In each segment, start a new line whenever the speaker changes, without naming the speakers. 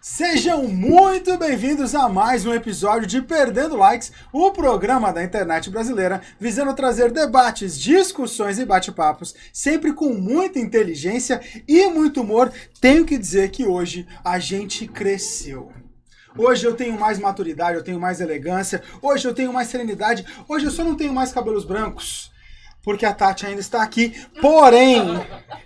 Sejam muito bem-vindos a mais um episódio de Perdendo Likes, o programa da internet brasileira visando trazer debates, discussões e bate-papos, sempre com muita inteligência e muito humor. Tenho que dizer que hoje a gente cresceu. Hoje eu tenho mais maturidade, eu tenho mais elegância, hoje eu tenho mais serenidade, hoje eu só não tenho mais cabelos brancos. Porque a Tati ainda está aqui, porém,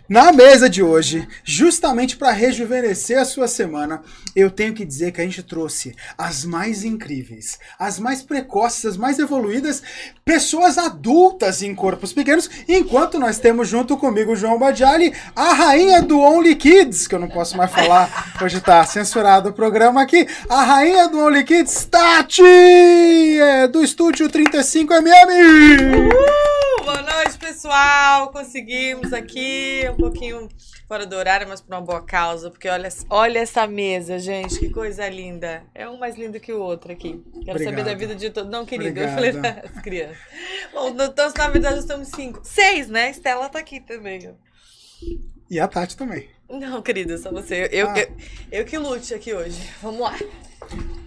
na mesa de hoje, justamente para rejuvenescer a sua semana, eu tenho que dizer que a gente trouxe as mais incríveis, as mais precoces, as mais evoluídas, pessoas adultas em corpos pequenos, enquanto nós temos junto comigo o João Badiali, a rainha do Only Kids, que eu não posso mais falar, hoje tá censurado o programa aqui, a rainha do Only Kids, Tati, é, do estúdio 35mm.
Boa noite, pessoal! Conseguimos aqui, um pouquinho fora do horário, mas por uma boa causa. Porque olha, olha essa mesa, gente, que coisa linda. É um mais lindo que o outro aqui. Quero saber
Obrigado.
da vida de todo. Não, querido, eu falei
Obrigado.
das crianças. Bom, então, na verdade, nós estamos cinco. Seis, né? Estela tá aqui também. ó.
E a Tati também.
Não, querido, só você. Eu, eu,
Ah.
eu, eu que lute aqui hoje. Vamos lá.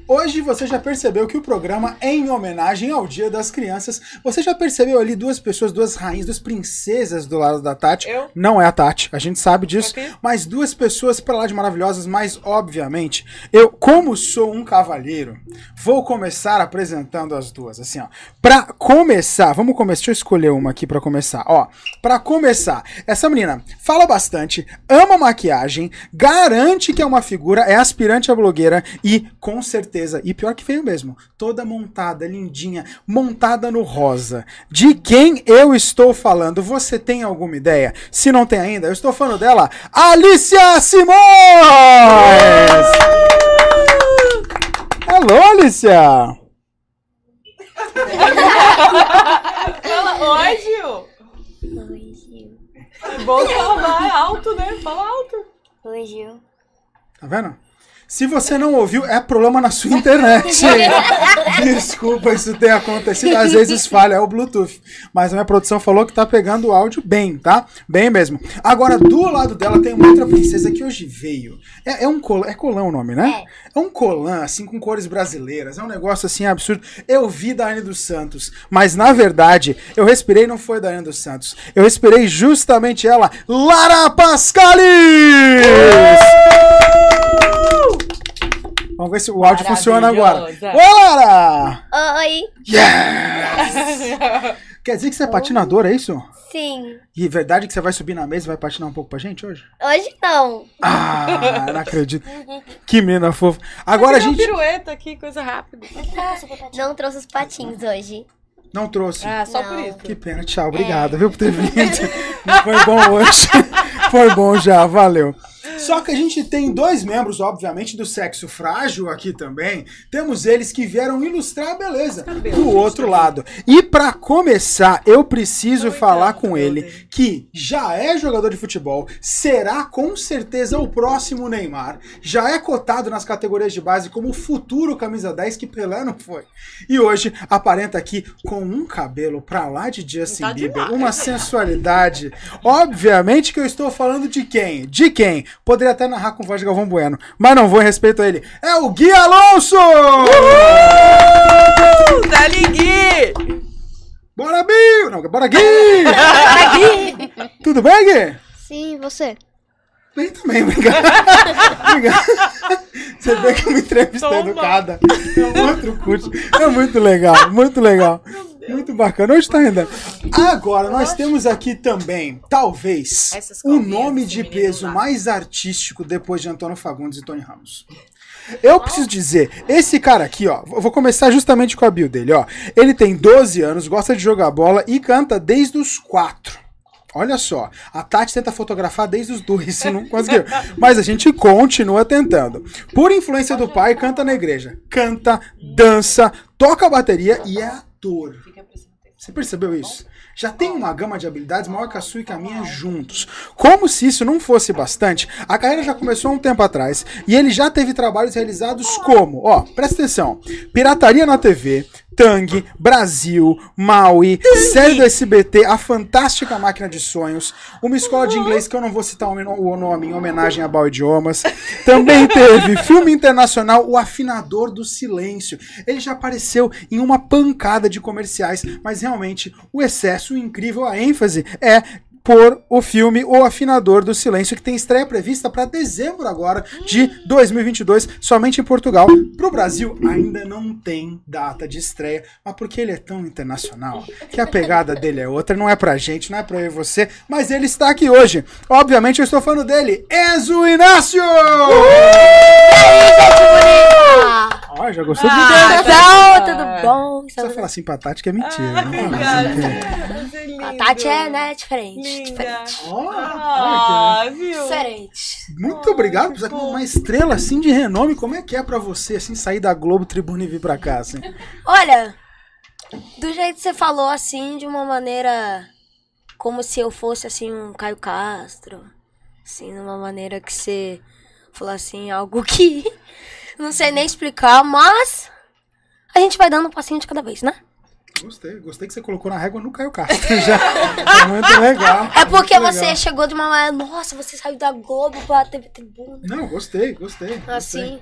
Hoje você já percebeu que o programa é em homenagem ao Dia das Crianças. Você já percebeu ali duas pessoas, duas rainhas, duas princesas do lado da Tati?
Eu?
Não é a Tati, a gente sabe disso.
Ok.
Mas duas pessoas para lá de maravilhosas, mas obviamente, eu, como sou um cavalheiro, vou começar apresentando as duas, assim, ó. Pra começar, vamos começar, deixa eu escolher uma aqui pra começar, ó. Pra começar, essa menina fala bastante, ama maquiagem, garante que é uma figura, é aspirante a blogueira e, com certeza, e pior que veio mesmo, toda montada, lindinha, montada no rosa. De quem eu estou falando? Você tem alguma ideia? Se não tem ainda, eu estou falando dela, Alicia Simões! Alô, Alicia!
Fala, oi, Gil!
Oi, Gil.
É bom falar alto, né? Fala alto.
Oi, Gil.
Tá vendo? Se você não ouviu, é problema na sua internet. Desculpa isso ter acontecido, às vezes falha, é o Bluetooth. Mas a minha produção falou que tá pegando o áudio bem, tá? Bem mesmo. Agora, do lado dela tem uma outra princesa que hoje veio. É, é um col é colã o nome, né? É. um colã, assim, com cores brasileiras. É um negócio, assim, absurdo. Eu vi Daiane dos Santos, mas na verdade, eu respirei não foi Daiane dos Santos. Eu respirei justamente ela, Lara Pascalis! Vamos ver se o áudio funciona agora.
Maravilhosa.
Ô, Lara!
Oi.
Yes! Quer dizer que você é patinador, é isso?
Sim.
E verdade que você vai subir na mesa e vai patinar um pouco pra gente hoje?
Hoje não.
Ah, não acredito. Que menina fofa. Agora a
Deu uma
gente
pirueta aqui, coisa rápida.
Não trouxe os patins hoje.
não trouxe.
Ah, só
Não.
por isso.
Que pena, tchau. Obrigado, viu, por ter vindo. Não foi bom hoje. Foi bom já, valeu. Só que a gente tem dois membros, obviamente, do sexo frágil aqui também. Temos eles que vieram ilustrar a beleza do outro lado. E pra começar, eu preciso
Tô
falar
brincando,
com ele
meu Deus.
que já é jogador de futebol, será com certeza o próximo Neymar, já é cotado nas categorias de base como o futuro camisa 10 que Pelé não foi. E hoje aparenta aqui com um cabelo pra lá de Justin
Tá
Bieber,
demais,
uma sensualidade. Obviamente que eu estou falando de quem? De quem? Poderia até narrar com voz de Galvão Bueno, mas não vou em respeito a ele. É o Gui Alonso!
Da Ligui!
Bora, Bill! Não, bora, Gui! Tudo bem, Gui?
Sim, você.
Bem também, obrigado. obrigado. Você vê que é uma entrevista
Toma.
educada. É um outro curso. É muito legal, muito legal. Muito bacana. Onde tá ainda? Agora, nós temos aqui também, talvez,
Essas
o
calminhas
nome
desse
de
menino
peso
lá.
mais artístico depois de Antônio Fagundes e Tony Ramos. Eu preciso dizer, esse cara aqui, ó, eu vou começar justamente com a build dele, ó. Ele tem 12 anos, gosta de jogar bola e canta desde os 4. Olha só, a Tati tenta fotografar desde os dois e não conseguiu. Mas a gente continua tentando. Por influência do pai, canta na igreja. Canta, dança, toca a bateria e é ator. Você percebeu isso? Já tem uma gama de habilidades maior que a sua e que a minha juntos. Como se isso não fosse bastante, a carreira já começou há um tempo atrás e ele já teve trabalhos realizados como, ó, presta atenção: pirataria na TV, Tang, Brasil, Maui, série do SBT, A Fantástica Máquina de Sonhos, uma escola de inglês que eu não vou citar o men- o nome em homenagem a Bal Idiomas. Também teve filme internacional O Afinador do Silêncio. Ele já apareceu em uma pancada de comerciais, mas realmente o excesso, o incrível, a ênfase é por o filme O Afinador do Silêncio, que tem estreia prevista para dezembro agora de 2022, somente em Portugal. Pro Brasil ainda não tem data de estreia, mas porque ele é tão internacional, que a pegada dele é outra, não é pra gente, não é pra eu e você, mas ele está aqui hoje. Obviamente eu estou falando dele, Enzo Inácio!
Ah,
Ó, já gostou do
Ah,
dele, né?
tá.
então, tudo bom?
Não precisa falar assim pra Tati que é
Ah,
mentira. né?
Obrigada.
A Tati é, né, diferente.
Linda.
Diferente.
Ó, olha
é
Ah, viu?
Diferente.
que- é Muito obrigado por ser
fofo.
uma estrela assim de renome. Como é que é pra você, assim, sair da Globo, Tribuna e vir pra cá, assim?
Olha, do jeito que você falou, assim, de uma maneira como se eu fosse, assim, um Caio Castro. Assim, de uma maneira que você falou, assim, algo que não sei nem explicar, mas a gente vai dando um passinho de cada vez, né?
Gostei, gostei que você colocou na régua no Caio Castro. Já. É muito legal.
É porque
muito
você
legal.
chegou de uma maneira, nossa, você saiu da Globo pra TV Tribuna.
Não, gostei, gostei. gostei.
Assim,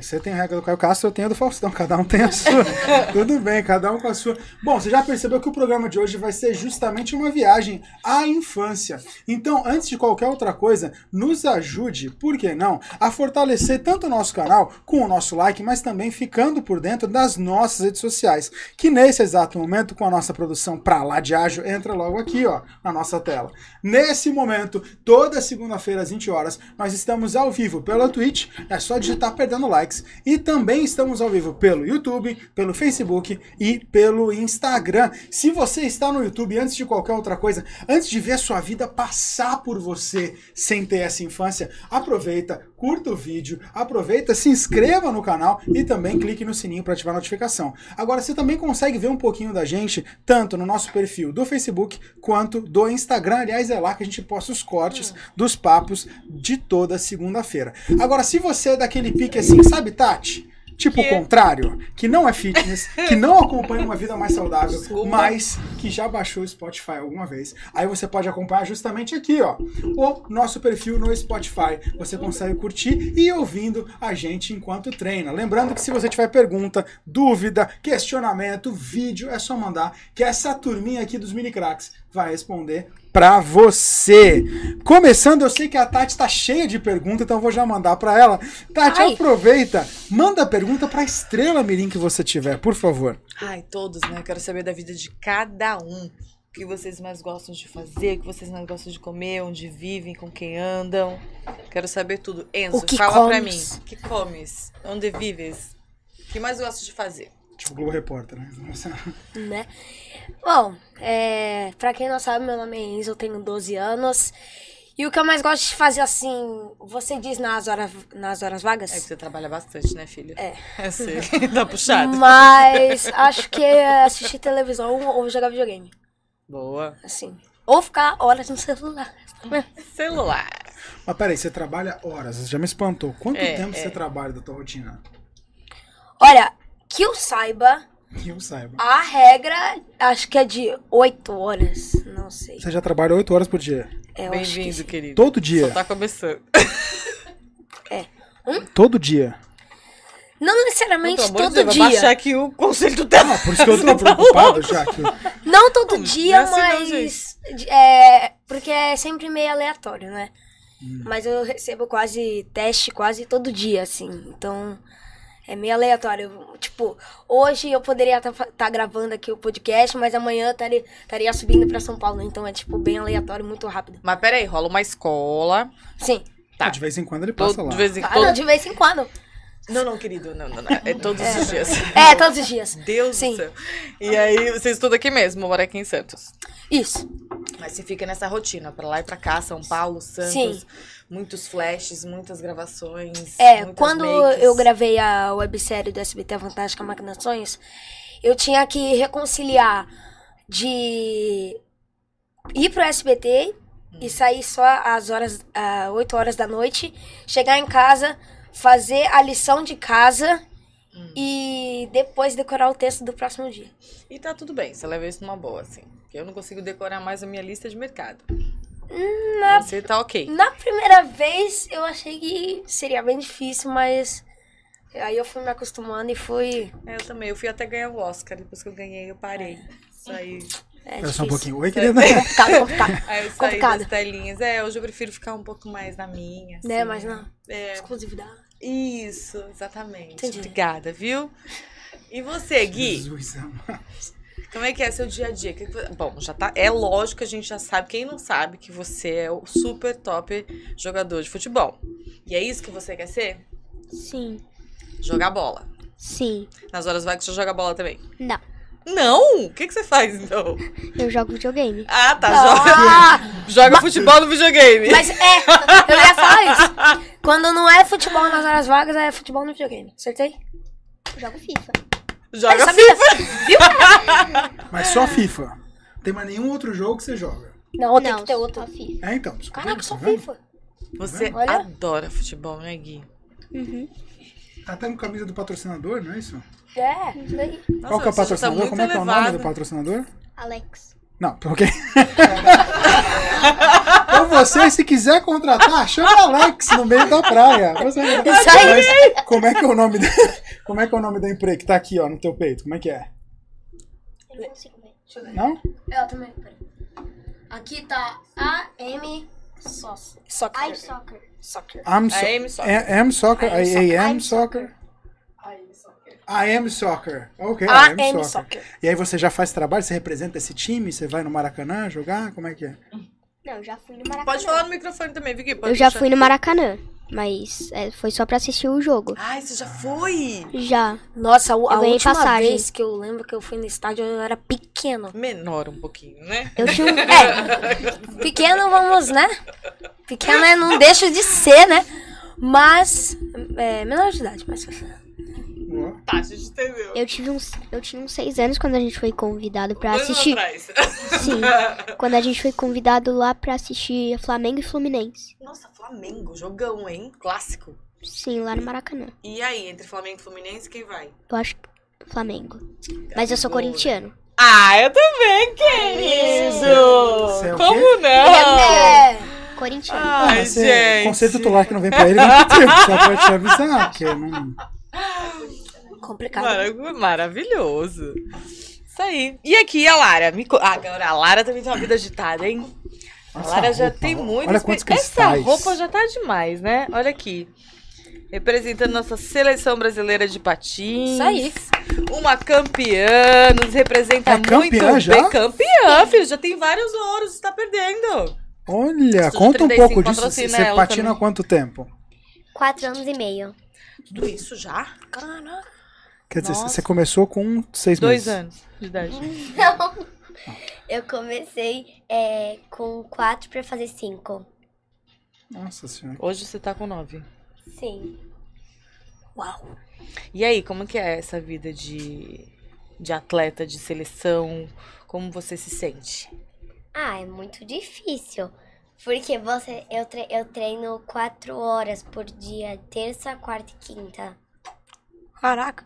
Você tem a regra do Caio Castro, eu tenho a do Faustão. Cada um tem a sua. Tudo bem, cada um com a sua. Bom, você já percebeu que o programa de hoje vai ser justamente uma viagem à infância. Então, antes de qualquer outra coisa, nos ajude, por que não, a fortalecer tanto o nosso canal com o nosso like, mas também ficando por dentro das nossas redes sociais. Que nesse exato momento, com a nossa produção pra lá de ágil, entra logo aqui, ó, na nossa tela. Nesse momento, toda segunda-feira às 20 horas, nós estamos ao vivo pela Twitch, é só digitar perdendo likes. E também estamos ao vivo pelo YouTube, pelo Facebook e pelo Instagram. Se você está no YouTube, antes de qualquer outra coisa, antes de ver a sua vida passar por você sem ter essa infância, aproveita, curta o vídeo, aproveita, se inscreva no canal e também clique no sininho para ativar a notificação. Agora você também consegue ver um pouquinho da gente tanto no nosso perfil do Facebook quanto do Instagram. Aliás, é lá que a gente posta os cortes dos papos de toda segunda-feira. Agora, se você é daquele pique assim, sabe, Tati? Tipo o
Que? é?
contrário, que não é fitness, que não acompanha uma vida mais saudável,
Desculpa.
mas que já baixou o Spotify alguma vez. Aí você pode acompanhar justamente aqui, ó, o nosso perfil no Spotify. Você consegue curtir e ir ouvindo a gente enquanto treina. Lembrando que se você tiver pergunta, dúvida, questionamento, vídeo, é só mandar que essa turminha aqui dos mini cracks vai responder pra você. Começando, eu sei que a Tati tá cheia de pergunta, então eu vou já mandar pra ela. Tati,
Ai.
aproveita, manda a pergunta pra estrela mirim que você tiver, por favor.
Ai, todos, né? Eu quero saber da vida de cada um. O que vocês mais gostam de fazer, o que vocês mais gostam de comer, onde vivem, com quem andam. Quero saber tudo. Enzo,
O que
fala pra mim.
comes?
O que comes? Onde vives? O que mais gostas de fazer?
Tipo Globo Repórter, né? Nossa.
né? Bom, é, pra quem não sabe, meu nome é Enzo, eu tenho 12 anos. E o que eu mais gosto de fazer, assim, você diz nas horas, nas horas
É que
vagas?
você trabalha bastante, né, filho?
É.
Eu sei. Tá puxado.
Mas acho que é assistir televisão ou jogar videogame,
Boa.
assim. Ou ficar horas no celular.
Celular.
Mas peraí, você trabalha horas, você já me espantou. Quanto
É,
tempo
é.
você trabalha da tua rotina?
Olha, que eu saiba,
Que eu saiba.
a regra acho que é de 8 horas. Não sei.
Você já trabalha 8 horas por dia.
É, eu acho que
Bem-vindo, querido.
Todo
Só
dia.
tá começando.
Todo dia.
Não necessariamente
Pelo amor de
todo
Deus,
dia.
Vai baixar aqui o conselho do tempo.
Ah, Por isso que eu
tá
tô preocupado já que.
Não todo
Não,
dia,
não é assim não,
mas. é, porque é sempre meio aleatório, né?
Hum.
Mas eu recebo quase teste quase todo dia, assim. Então é meio aleatório. Eu, Tipo, hoje eu poderia estar gravando aqui o podcast, mas amanhã eu estaria, estaria subindo pra São Paulo. Então é, tipo, bem aleatório, muito rápido.
Mas peraí, rola uma escola.
Sim,
Tá.
De vez em quando ele passa
Todo,
lá.
de vez em
Ah, não,
quando.
de vez em quando.
Não, não, querido. Não, não, não. É todos os dias.
É, todos os dias.
Deus
Sim.
do céu. E aí, você estuda aqui mesmo, mora aqui em Santos.
Isso.
Mas você fica nessa rotina, pra lá e pra cá, São Paulo, Santos.
Sim.
Muitos flashes, muitas gravações.
É,
muitas
quando
makes.
eu gravei a websérie do SBT A Fantástica Máquina de Sonhos, eu tinha que reconciliar de ir pro SBT
Hum.
e sair só às horas, às 8 horas da noite, chegar em casa, fazer a lição de casa
Hum.
e depois decorar o texto do próximo dia.
E tá tudo bem, você leva isso numa boa, assim. Porque eu não consigo decorar mais a minha lista de mercado.
Na-
Você tá ok.
Na primeira vez eu achei que seria bem difícil, mas aí eu fui me acostumando e fui.
É, eu também. Eu fui até ganhar o Oscar. Depois que eu ganhei, eu parei. Saí.
É,
Espera só um
difícil. tá.
pouquinho. Oi, querida.
Complicado, complicado.
Aí eu saí
Complicado.
das telinhas. É, hoje eu prefiro ficar um pouco mais na minha. Assim.
né, mas não.
É,
Exclusividade.
isso, exatamente.
Entendi.
Obrigada, viu? E você, Gui?
Jesus, amado.
Como é que é seu dia a dia? Que que vo- Bom, já tá. É lógico que a gente já sabe, quem não sabe, que você é o super top jogador de futebol. E é isso que você quer ser?
Sim,
Jogar bola.
sim.
Nas horas vagas você joga bola também.
Não,
Não! O que, que você faz então?
eu jogo videogame.
Ah, tá.
Ah,
Joga, joga futebol no videogame.
mas é, eu ia falar isso. Quando não é futebol nas horas vagas, é futebol no videogame. Acertei?
Jogo FIFA.
joga
eu
FIFA.
sabia.
Mas só FIFA. Não tem mais nenhum outro jogo que você joga.
Não, tem
não,
que ter outro.
só FIFA.
É então. só
Caraca,
tá
só
vendo?
FIFA.
Você
Olha.
adora futebol, né, Gui?
Tá até com camisa do patrocinador, não é isso?
É, isso daí.
Nossa,
Qual que é o
você já tá
patrocinador?
muito
Como é que é o nome
elevado.
do patrocinador?
Alex.
Não, ok. Ou você, se quiser contratar, chama o Alex no meio da praia. Você vai
Isso aí.
Mas como é que é o nome da, como é que é o nome da empresa que tá aqui, ó, no teu peito? Como é que é?
Eu não consigo ver. Deixa eu ver.
Não?
Eu também, peraí. Aqui tá AM Soccer. Soccer.
Soccer.
Soccer.
I'm so
AM Soccer.
A- am soccer.
I am soccer.
I am soccer.
AM Soccer.
I am soccer. Ok, I am soccer.
AM Soccer.
E aí você já faz trabalho, você representa esse time, você vai no Maracanã jogar? Como é que é?
Não, eu já fui no Maracanã.
Pode falar no microfone também, Vicky. Pode
Eu já
puxar.
fui no Maracanã, mas é, foi só pra assistir o jogo.
Ai, você já foi?
Já.
Nossa, a, a
ganhei
última
passagem.
vez que eu lembro que eu fui no estádio, eu era pequeno.
Menor um pouquinho, né?
Eu tinha um...
É, pequeno vamos, né? Pequeno é- não deixa de ser, né? Mas, é, menor de idade, mas...
Ó.
Tá, a gente entendeu.
Eu tive uns, eu tinha uns seis anos quando a gente foi convidado pra
Dois anos
assistir.
atrás.
Sim. Quando a gente foi convidado lá pra assistir Flamengo e Fluminense.
Nossa, Flamengo, jogão, hein? Clássico.
Sim, lá no Maracanã.
E aí, entre Flamengo e Fluminense, quem vai?
Eu acho que Flamengo. Mas eu sou
Boa.
corintiano.
Ah, eu também, querido!
Você é o quê?
Como não?
É,
Corintiano.
Ah,
Ai,
mas você,
gente.
conceito titular que não vem pra ele, vem pro teu, só pra te avisar, porque não...
complicado.
Mara- Maravilhoso. Isso aí. E aqui a Lara. Me co- Ah, agora a Lara também tem uma vida agitada, hein? A
Essa
Lara já
roupa,
tem
ó.
muito.
Olha quantos
Essa
cristais.
roupa já tá demais, né? Olha aqui. Representando nossa seleção brasileira de patins.
Isso aí.
Uma campeã, nos representa
É campeã
muito
já?
bem. Campeã, filho. Já tem vários ouros, está perdendo.
Olha,
Estúdio
conta um
35
pouco disso. Você
patrocina ela
patina
também.
há quanto tempo?
Quatro anos e meio.
Tudo isso já?
Caraca.
Quer dizer,
Nossa.
você começou com um, seis
Dois
meses.
anos de idade.
Eu comecei é, com quatro pra fazer cinco.
Nossa senhora.
Hoje você tá com nove.
Sim.
Uau.
E aí, como que é essa vida de, de atleta, de seleção? Como você se sente?
Ah, é muito difícil. Porque você, eu, tre- eu treino quatro horas por dia, terça, quarta e quinta.
Caraca.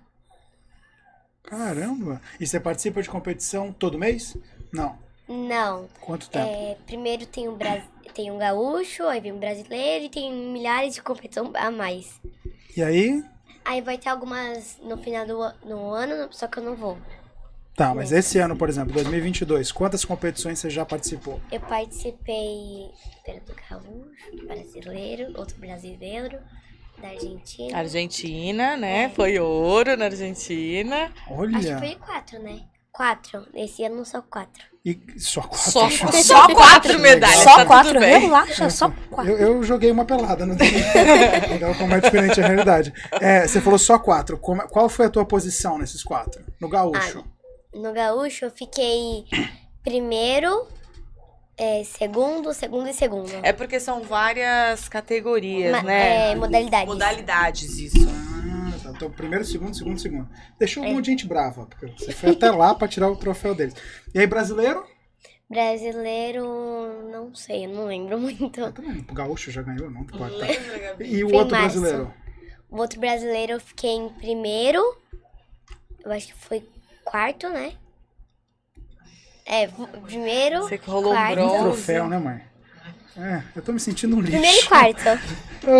Caramba. E você participa de competição todo mês? Não.
Não.
Quanto tempo?
é, primeiro tem um, bras- tem um gaúcho, aí vem um brasileiro e tem milhares de competição a mais.
E aí?
Aí vai ter algumas no final do an- no ano, só que eu não vou.
Tá, mas esse ano, por exemplo, 2022, quantas competições você já participou?
Eu participei primeiro do gaúcho, do brasileiro, outro brasileiro, da Argentina.
Argentina, né? Foi ouro na Argentina.
Acho que
Olha.
foi quatro, né? Quatro. Esse ano são quatro.
E só quatro.
Só,
só-
só quatro medalhas.
Legal.
tá
Só
tudo
quatro, né?
bem.
relaxa, só quatro.
Eu, eu joguei uma pelada no Então, como é diferente a realidade. É, você falou só quatro. Como- é, qual foi a tua posição nesses quatro? No
Ah,
gaúcho.
No gaúcho eu fiquei primeiro, é, segundo, segundo e segundo.
É porque são várias categorias,
Ma-
né?
é, modalidades.
Modalidades, isso.
Ah, tá. Então, primeiro, segundo, segundo, segundo. Deixou
É.
um monte de gente brava, porque você foi até lá pra tirar o troféu deles. E aí, brasileiro?
Brasileiro, não sei, eu não lembro muito.
Eu também. O gaúcho já ganhou, não pode tá.
Lembra, Gabi?
E o
Foi em
outro
março.
brasileiro?
O outro brasileiro eu fiquei em primeiro. Eu acho que foi quarto, né? É, v- primeiro.
Você que rolou
quarto.
Um
bronze.
troféu, né, mãe? É, eu tô me sentindo um lixo.
Primeiro e quarto.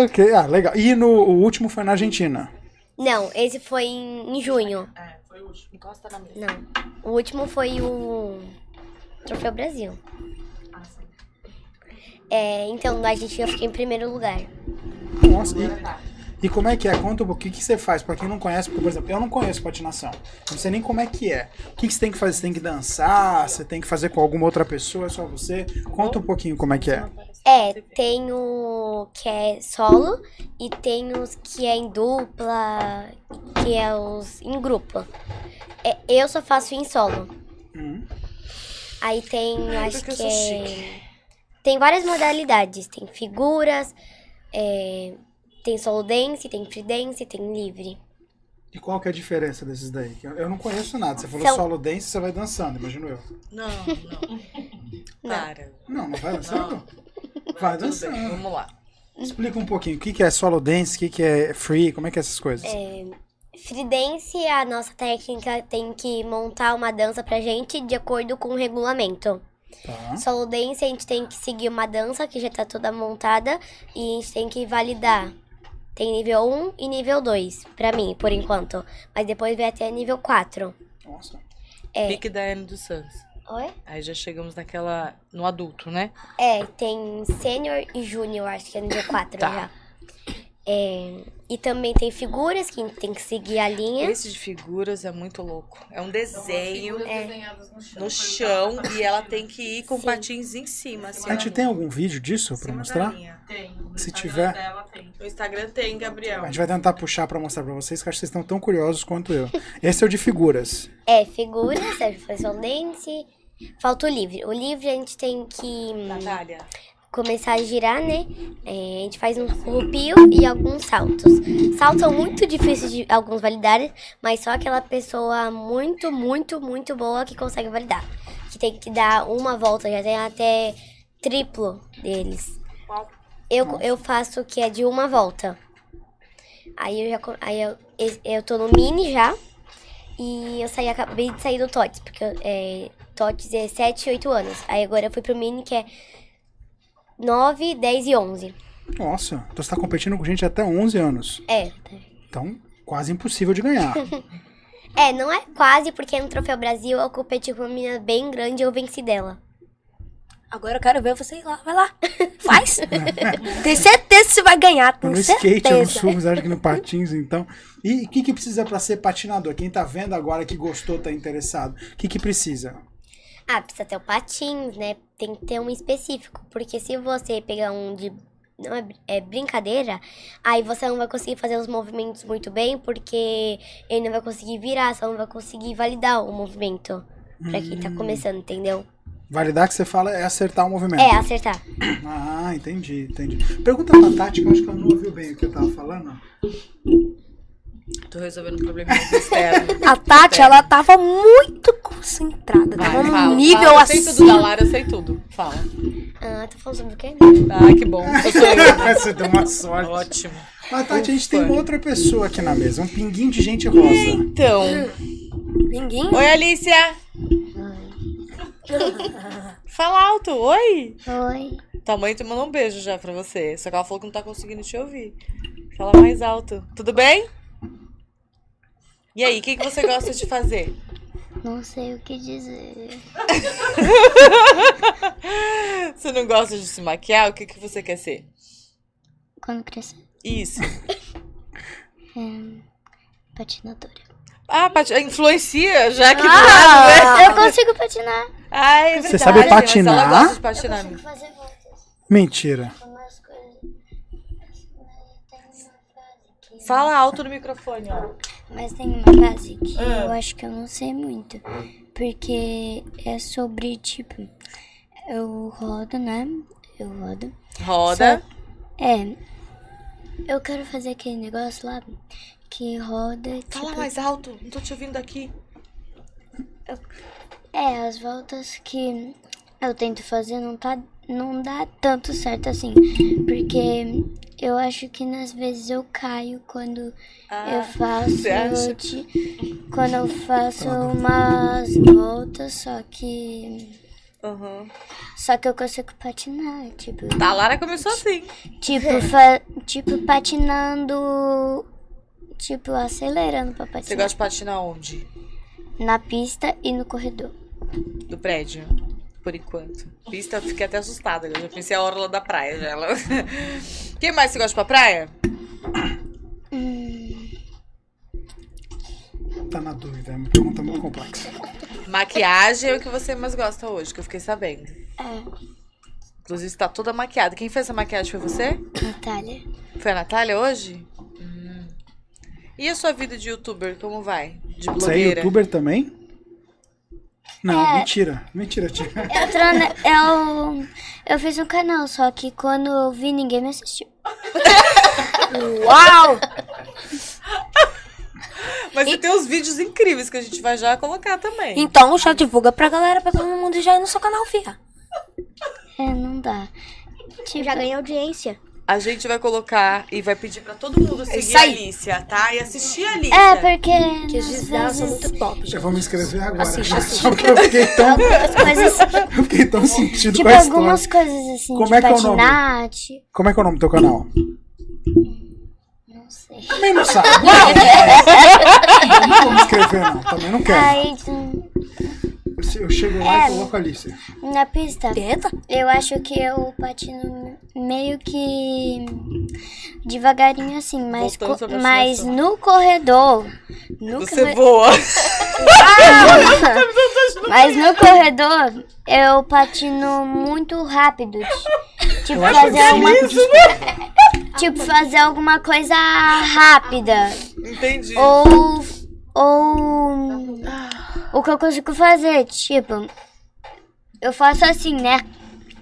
Ok, ah, legal. E no, o último foi na Argentina.
Não, esse foi em, em junho.
É, foi o último. Encosta na mesa.
Não. O último foi o Troféu Brasil.
Ah, sim.
É, então, na Argentina eu fiquei em primeiro lugar.
Nossa, e, e como é que é? Conta um pouquinho o que você faz. Pra quem não conhece, porque, por exemplo, eu não conheço patinação. Não sei nem como é que é. O que, que você tem que fazer? Você tem que dançar? Você tem que fazer com alguma outra pessoa? É só você? Conta um pouquinho como é que é.
É, tem o que é solo e tem os que é em dupla, que é os em grupo. É, eu só faço em solo.
Hum.
Aí tem, eu acho
Porque eu
que
sou
é,
chique.
tem várias modalidades. Tem figuras, é, tem solo dance, tem free dance, tem livre.
E qual que é a diferença desses daí? Eu- Eu não conheço nada. Você falou
São-
solo dance, você vai dançando, imagino eu.
Não, não. Para.
Não, não vai dançando? Vai
Tudo bem,
dançando.
Vamos lá.
Explica um pouquinho. O que, que é solo dance? O que, que é free? Como é que é essas coisas?
Free dance, é a nossa técnica tem que montar uma dança pra gente de acordo com o regulamento.
Tá.
Solo dance, a gente tem que seguir uma dança que já tá toda montada e a gente tem que validar. Tem nível 1 e nível 2, pra mim, por enquanto. Mas depois vai até nível 4.
Nossa.
Pique da Anne dos Santos.
Oi?
Aí já chegamos naquela. no adulto, né?
É, tem sênior e júnior, acho que é nível 4
Tá.
já. É, e também tem figuras que a gente tem que seguir a linha.
Esse de figuras é muito louco. É um desenho
desenhadas no chão.
no chão e ela tem que ir com patins em cima, assim.
A gente tem algum vídeo disso pra
é
mostrar?
Tem. No
Se
Instagram
tiver.
Dela, tem.
No Instagram tem, Gabriel.
A gente vai tentar puxar pra mostrar pra vocês, que eu acho que vocês estão tão curiosos quanto eu. Esse é o de figuras.
É, figuras, é solo dance. Falta o livre. O livre a gente tem que hum,
Natália.
começar a girar, né? É, a gente faz um rupio e alguns saltos. Saltos são muito difíceis de alguns validarem, mas só aquela pessoa muito, muito, muito boa que consegue validar. Que tem que dar uma volta, já tem até triplo deles. Eu, eu faço o que é de uma volta. Aí eu já co- aí eu, es- eu tô no mini já. E eu saí, acabei de sair do TOTS, porque eu- é, TOTS é 7, 8 anos. Aí agora eu fui pro mini que é 9, 10 e 11.
Nossa, então você tá competindo com gente até 11 anos.
É.
Então, quase impossível de ganhar.
É, não é quase, porque no Troféu Brasil eu competi com tipo, uma menina bem grande e eu venci dela.
Agora eu quero ver você ir lá. Vai lá. Faz. Tem certeza que você vai ganhar.
Mas
Tem
no skate, eu não
certeza.
subo, mas acho que no patins, então. E o que, que precisa pra ser patinador? Quem tá vendo agora que gostou, tá interessado, o que, que precisa?
Ah, precisa ter o patins, né? Tem que ter um específico, porque se você pegar um de. Não é, br- é brincadeira, aí você não vai conseguir fazer os movimentos muito bem, porque ele não vai conseguir virar, só não vai conseguir validar o movimento. Pra quem tá começando, entendeu?
Validar que você fala é acertar o movimento.
É, acertar.
Ah, entendi, entendi. Pergunta pra Tati, que eu acho que ela não ouviu bem o que eu tava falando.
Tô resolvendo um probleminha externo.
A Tati, ela tava muito concentrada. Tava num nível
fala. Eu sei tudo
assim.
da Lara, eu sei tudo. Fala.
Ah, tô falando sobre o quê?
Ah, que bom. Eu sou eu.
você deu uma sorte.
Ótimo.
Mas, Tati, a gente tem
Ufa.
uma outra pessoa aqui na mesa, um pinguinho de gente rosa.
Então.
Ninguém.
Oi, Alicia. Fala alto, oi.
Oi.
Tua mãe te mandou um beijo já pra você. Só que ela falou que não tá conseguindo te ouvir. Fala mais alto. Tudo bem? E aí, o que, que você gosta de fazer?
Não sei o que dizer.
Você não gosta de se maquiar? O que, que você quer ser?
Quando crescer,
Isso.
patinadora.
Ah, Pati, influencia, já que
Eu consigo patinar.
Ah, é verdade.
Ah! Você sabe
Mas
patinar?
ela gosta de patinar.
fazer voltas
Mentira.
com as coisas.
Fala alto no microfone, ó.
Mas tem uma frase que eu acho que eu não sei muito. Porque é sobre, tipo, eu rodo, né? Eu rodo.
Roda.
É. Eu quero fazer aquele negócio lá que roda.
Fala
tipo,
mais alto, não tô te ouvindo aqui.
É, as voltas que eu tento fazer não, tá, não dá tanto certo assim. Porque eu
Eu acho que nas vezes eu caio quando
Ah,
eu faço.
você acha?
de- Quando eu faço umas voltas, só que.
uhum.
Só que eu consigo patinar, tipo.
Tá, a Lara começou assim.
Tipo, fa- tipo patinando. Tipo, acelerando pra patinar.
Você gosta de patinar onde?
Na pista e no corredor.
Do prédio? Por enquanto. Pista, eu fiquei até assustada. Eu já pensei a orla da praia. Já. Quem mais você gosta pra praia?
Tá na dúvida, é uma pergunta muito complexa.
Maquiagem é o que você mais gosta hoje, que eu fiquei sabendo.
É.
Inclusive, você tá toda maquiada. Quem fez essa maquiagem foi você?
Natália.
Foi a Natália hoje? Hum. E a sua vida de youtuber, como vai? De
Você é
blogueira?
youtuber também? Não, mentira. Mentira, tia.
Eu, tra- eu, eu fiz um canal, só que quando eu vi, ninguém me assistiu.
Uau!
Mas você tem uns vídeos incríveis que a gente vai já colocar também.
Então já divulga pra galera, pra todo mundo já ir no seu canal, fia.
É, não dá. Tipo,
Eu já ganhei audiência.
A gente vai colocar e vai pedir pra todo mundo seguir
É isso
a
aí.
Alicia, tá? E assistir a Alicia.
É, porque.
Que
às
Gisela são
vezes-
muito top,
Já
gente.
vou me inscrever agora.
Assiste, assiste.
Só que eu fiquei tão,
As coisas.
eu fiquei tão
É,
sentido
Tipo,
com é a história.
algumas coisas assim.
Como
de
é que é o nome?
patinar, tipo.
Como é que é o nome do teu canal?
Não sei.
Também não sabe. Não, não vou me inscrever, não. Também não quero.
Aí, hum,
Eu chego
É.
lá e coloco a Alicia.
na pista,
Tenta.
eu acho que eu patino meio que devagarinho assim, mas,
Voltando
co-
sobre a
mas
seleção.
no corredor. No
Você
corre-
voa.
Mas no corredor eu patino muito rápido. ti- Tipo, fazer uma. Tipo, fazer alguma coisa rápida.
Entendi.
Ou. Ou. O que eu consigo fazer? Tipo. Eu faço assim, né?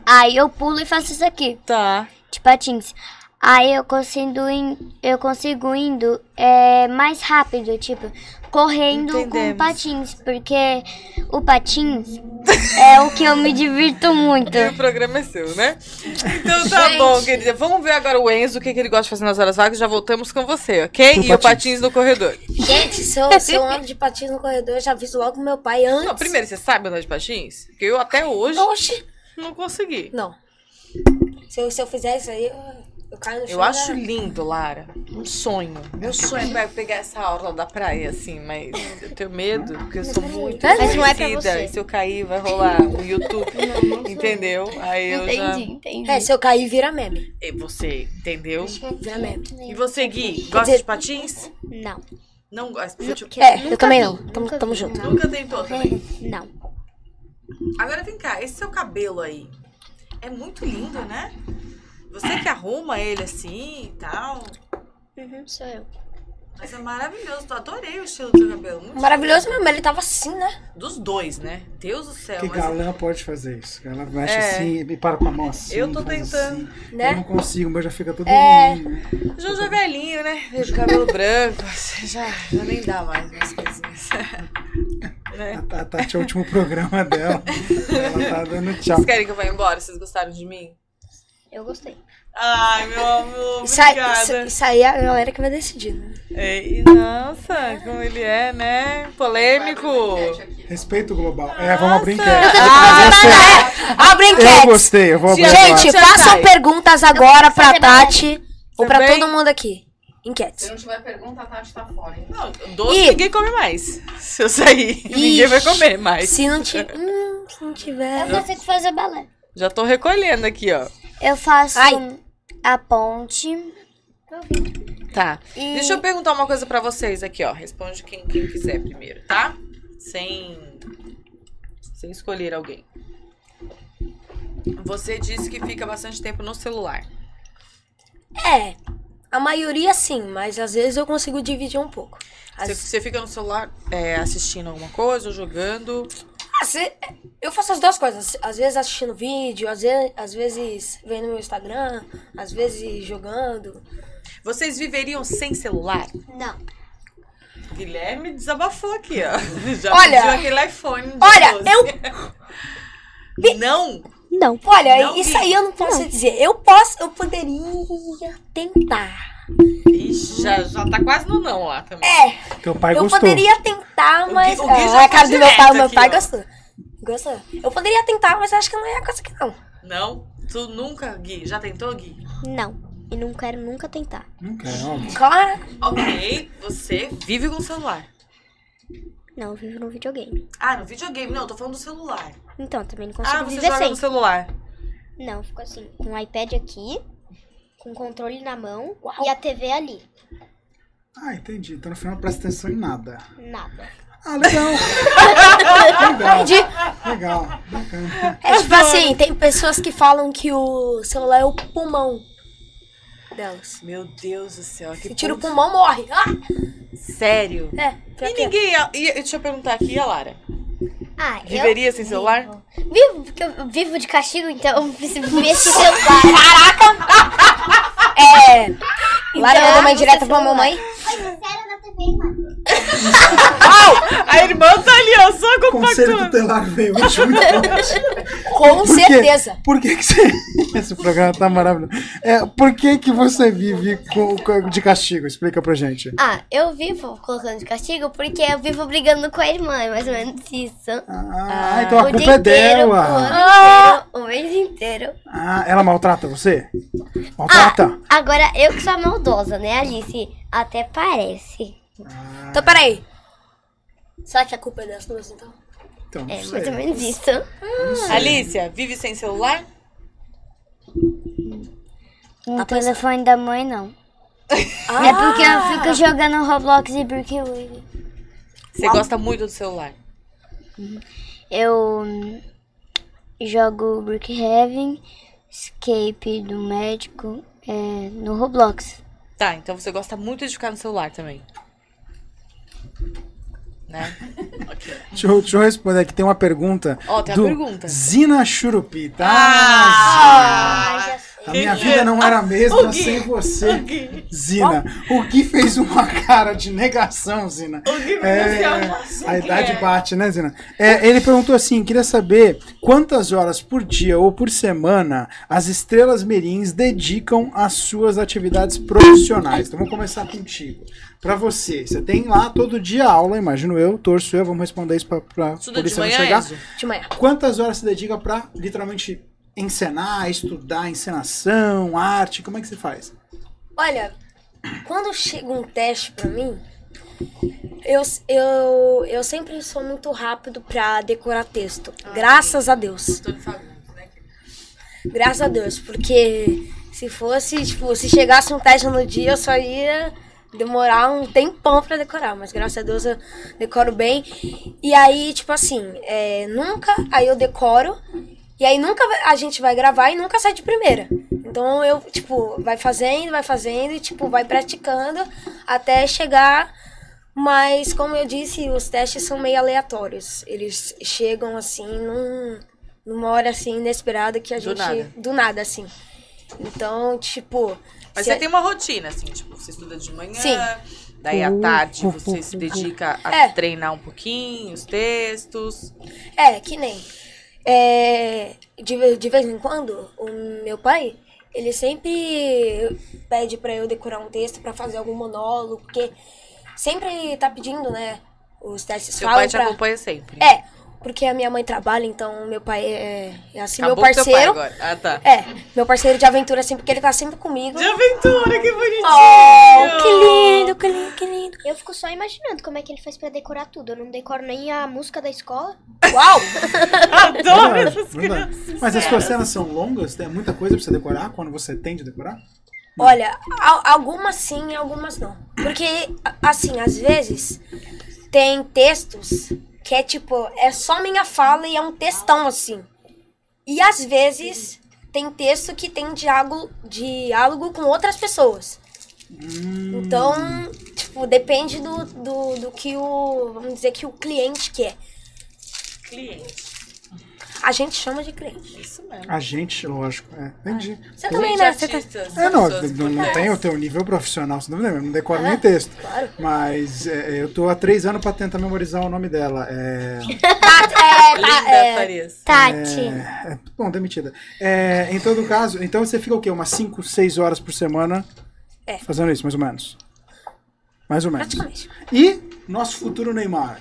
Aí eu pulo e faço isso aqui,
Tá.
de patins. Aí eu consigo, in- eu consigo indo é, mais rápido, tipo, correndo com
Entendemos.
patins, porque o patins é o que eu me divirto muito.
E o programa é seu, né? Então tá bom, querida. Vamos ver agora o Enzo, o que, que ele gosta de fazer nas horas vagas. Já voltamos com você, ok?
Pro
e o
patins.
patins no corredor.
Gente, se eu, se eu ando de patins no corredor, eu já aviso logo meu pai antes.
Não, primeiro, você sabe andar de patins? Porque eu até hoje
Oxi.
não consegui.
Não. Se eu, se eu fizer isso aí, eu, eu caio no chão.
Eu acho
né?
lindo, Lara. Um sonho. Meu sonho é pegar essa aula da praia, assim, mas eu tenho medo, porque eu sou muito
Mas não é pra
enrijecida,
você.
E se eu cair, vai rolar o YouTube. entendeu? Aí eu
entendi,
já.
entendi.
É, se eu cair, vira meme.
E você, entendeu?
Vira meme.
E você, Gui, gosta de patins?
Não.
Não gosta. Futebol-
É, eu
Nunca
também
vi,
não. Tamo,
nunca
tamo
vi.
junto.
tipo, Nunca tentou também.
Não.
Agora vem cá, esse seu cabelo aí é muito lindo, né? Você que arruma ele assim e tal.
Uhum.
sou eu.
Mas é maravilhoso. Eu adorei o estilo do seu cabelo. Muito
Maravilhoso mesmo, ele tava assim, né?
Dos dois, né? Deus do céu.
Que
mas-
galã pode fazer isso? Galã mexe
É.
assim e para com a mão assim.
Eu tô
faz
tentando,
assim.
né?
Eu não consigo, mas já fica todo
É.
mundo, né?
Jojo é velhinho, né? De cabelo branco. assim, Já, já nem dá mais umas coisinhas. né?
A, a Tati é o último programa dela. Ela tá dando tchau.
Vocês querem que eu vá embora? Vocês gostaram de mim?
Eu gostei.
Ai, meu amor,
Isso aí, isso,
obrigada.
isso aí é a galera que vai decidir, né?
Ei, nossa, como ele é, né? Polêmico.
Respeito global. É, vamos abrir enquete.
Ah,
Abre
Eu
enquete!
gostei, eu vou abrir
Gente,
agora.
Gente,
Tati.
façam perguntas agora pra
fazer
Tati ou pra
Também?
todo mundo aqui. Enquete.
Se não tiver pergunta, a Tati tá fora, hein?
não, doce
Ih.
ninguém come mais. Se eu sair, ninguém vai comer mais.
Se não, ti- hum, se não tiver.
Eu consigo fazer balé.
Já tô recolhendo aqui, ó.
Eu faço
Ai.
a ponte.
Tá.
E-
Deixa eu perguntar uma coisa pra vocês aqui, ó. Responde quem, quem quiser primeiro, tá? Sem. Sem escolher alguém. Você disse que fica bastante tempo no celular.
É. A maioria sim, mas às vezes eu consigo dividir um pouco. Às-
Você, você fica no celular é, assistindo alguma coisa, ou jogando.
às ve- eu faço as duas coisas. Às vezes assistindo vídeo, às vezes, às vezes vendo meu Instagram, às vezes jogando.
Vocês viveriam sem celular?
Não.
Guilherme desabafou aqui, ó. Já
Olha-
pediu aquele iPhone. de
Olha,
12. Não?
Não.
Olha,
Não
isso
vi.
aí eu não posso dizer. Eu posso, eu poderia tentar.
Ixi, já, já tá quase no não lá também.
É.
Teu pai
eu
gostou.
poderia tentar,
Gui-
mas.
o Gui já
Ah,
foi
a cara do meu pai,
direto
o meu
aqui,
pai
ó.
gostou. Gostou. Eu poderia tentar, mas acho que não é a coisa que não.
Não? Tu nunca, Gui? Já tentou, Gui?
Não. E não quero nunca tentar.
Não quero, óbvio.
Claro.
Ok, você vive com o celular.
Não, eu vivo no videogame.
Ah, no videogame. Não, eu tô falando do celular.
Então, eu também não consigo
Ah, você
viver
joga
sem.
assim.
no celular.
Não, eu fico assim, com o iPad aqui, com o controle na mão e a TV ali.
Ah, entendi. Então no final não presta atenção em nada.
Nada.
Ah, legal. legal. Legal. Bacana.
É tipo assim, tem pessoas que falam que o celular é o pulmão delas.
Meu Deus do céu. Que
Se tira o
ponto-
pulmão, morre. Ah!
Sério?
É, pior
E
que é.
ninguém... ia- ia- deixa eu perguntar aqui, e a Lara?
Ah, eu
Viveria sem celular?
Vivo. Vivo, porque eu vivo de castigo, então eu preciso viver sem celular.
É. Lara
Então,
mandou uma
você
tá
indireta pra
celular.
mamãe.
A irmã tá ali, ó, só
Conselho
compactando.
tutelar veio hoje muito forte.
Com
Por quê?
certeza.
Por que, que você. Esse programa tá maravilhoso. É, por que, que você vive com- com- de castigo? Explica pra gente.
Ah, eu vivo colocando de castigo porque eu vivo brigando com a irmã, é mais ou menos isso.
Ah, então a
o
culpa
dia
é
inteiro, o ano
dela.
Ah.
inteiro, o mês inteiro. Ah,
Ah, ela maltrata você? Maltrata?
Agora, eu que sou maldosa, né, Alice? Até parece.
Então, peraí. Será que a culpa é das duas, então?
Então, não
É mais ou
sei.
menos isso.
Hum.
Alícia, vive sem celular?
No telefone da mãe, não.
Ah,
É porque eu fico jogando Roblox e Brick League.
Você gosta muito do celular.
Eu hum, jogo Brick Heaven, Escape do Médico é, no Roblox.
Tá, então você gosta muito de ficar no celular também. Né?
Deixa eu, deixa eu responder aqui. Tem uma pergunta.
Ó, tem uma
do
pergunta.
Zina Churupi, tá?
Ah!
Zina.
já sei.
A
Quem
minha
é?
vida não era a
O
mesma
Gui.
sem você, Zina. O Gui fez uma cara de negação, Zina. É,
assim,
a idade bate, né, Zina? É, ele perguntou assim: queria saber quantas horas por dia ou por semana as estrelas mirins dedicam às suas atividades profissionais. Então vamos começar contigo. Pra você, você tem lá todo dia aula, imagino eu, torço eu, vamos responder isso pra, pra
Estuda de
polícia não
manhã, é
chegar.
Enzo?
de manhã.
Quantas horas você dedica pra literalmente encenar, estudar, encenação, arte? Como é que você faz?
Olha, quando chega um teste pra mim, eu, eu, eu sempre sou muito rápido pra decorar texto. graças a Deus.
Tô de Fagundes, né?
Graças a Deus. Porque se fosse, tipo, se chegasse um teste no dia, eu só ia demorar um tempão pra decorar. Mas graças a Deus eu decoro bem. E aí, tipo assim, é, nunca. Aí eu decoro. E aí nunca vai- a gente vai gravar e nunca sai de primeira. Então eu, tipo, vai fazendo, vai fazendo e, tipo, vai praticando até chegar. Mas, como eu disse, os testes são meio aleatórios. Eles chegam, assim, num- numa hora, assim, inesperada que a
Do
gente...
nada.
Do nada, assim. Então, tipo...
Mas
se
você tem uma rotina, assim, tipo, você estuda de manhã,
Sim.
daí à tarde você se dedica a
É.
treinar um pouquinho os textos.
É, que nem. É, de, ve- de vez em quando, o meu pai, ele sempre pede pra eu decorar um texto pra fazer algum monólogo, porque sempre tá pedindo, né? Os testes
Seu
falam
pai te
pra-
acompanha sempre.
É, porque a minha mãe trabalha, então meu pai é, é assim,
Acabou
meu
com teu
parceiro.
pai agora. Ah, tá.
É, meu parceiro de aventura, assim, porque ele tá sempre comigo.
De aventura, que bonitinho!
Oh, que lindo, que lindo, que lindo.
Eu fico só imaginando como é que ele faz pra decorar tudo. Eu não decoro nem a música da escola.
Uau!
Adoro
Verdade,
essas
verdade.
crianças.
é, Mas as suas cenas são longas? Tem muita coisa pra você decorar quando você tem de decorar?
Olha, al- algumas sim e algumas não. Porque, a- assim, às vezes tem textos que é tipo, é só minha fala e é um textão assim. E às vezes tem texto que tem diálogo, diálogo com outras pessoas. Então, tipo, depende do, do, do que o, vamos dizer, que o cliente quer.
Cliente.
A gente chama de cliente.
Isso mesmo.
A gente, lógico. É, entendi.
Você
Pô.
também,
Gente,
né? Você tá...
artistas,
É, não,
pessoas
não, não
importantes.
tem o teu nível profissional, sem dúvida nenhuma, não decoro nem texto.
É, Claro.
Mas é, eu tô há três anos pra tentar memorizar o nome dela. É,
É,
Linda
tá, é,
Farias.
Tati.
é, bom, demitida. É, em todo caso, então você fica o quê? Umas 5, 6 horas por semana
É.
fazendo isso, mais ou menos. Mais ou menos.
praticamente.
E nosso futuro Neymar.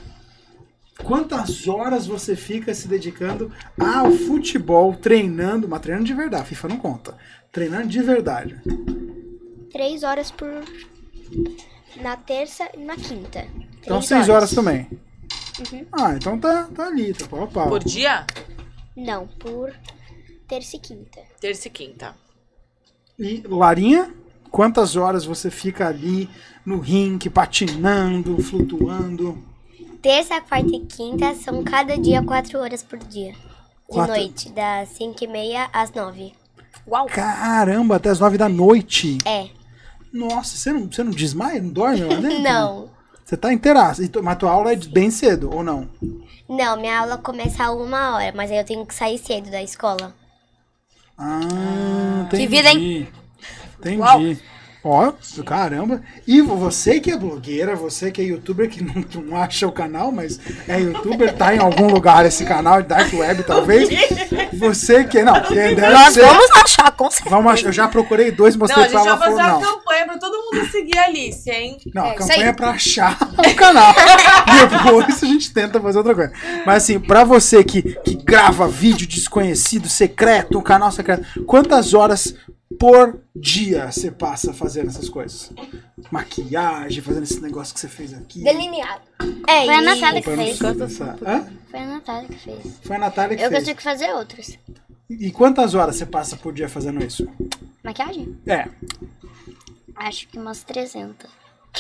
Quantas horas você fica se dedicando ao futebol, treinando, mas treinando de verdade, a FIFA não conta. Treinando de verdade.
Três horas por. Na terça e na quinta.
Então
Três
seis horas também. Ah, então tá, tá ali, tá pau a pau.
Por dia?
Não, por terça e quinta.
Terça e quinta.
E Larinha, quantas horas você fica ali no rink, patinando, flutuando?
Terça, quarta e quinta são cada dia quatro horas por dia. De
Quatro.
noite, das cinco e meia às nove.
Uau.
Caramba, até as nove da noite.
É.
Nossa, você não, você não desmaia, não dorme lá dentro?
Não.
Você tá inteiraço. E tu- Mas tua aula é de- bem cedo, ou não?
Não, minha aula começa a uma hora, mas aí eu tenho que sair cedo da escola.
Ah, entendi.
Que vida,
Entendi.
Uau.
Ó, caramba. E você que é blogueira, você que é youtuber, que não, não acha o canal, mas é youtuber, tá em algum lugar esse canal, Dark Web talvez. Você que. Não, deve
Nós
ser.
vamos achar, com certeza.
Vamos achar- eu já procurei dois,
Não,
mostrei
a gente
pra ela,
vai
ela falou
fazer uma
não.
campanha pra todo mundo seguir a Alice, hein?
Não, a
É, isso
campanha
aí.
é pra achar o canal. Depois a gente tenta fazer outra coisa. Mas assim, pra você que, que grava vídeo desconhecido, secreto, um canal secreto, quantas horas por dia você passa fazendo essas coisas? Maquiagem, fazendo esse negócio que você fez aqui.
Delineado.
É,
Foi a
e-
Natália que
Opa, eu não
fez.
consigo pensar. Hã?
Foi a Natália que fez.
Foi a Natália que
Eu
fez.
consigo fazer outros.
E quantas horas você passa por dia fazendo isso?
Maquiagem?
É,
Acho que umas 300.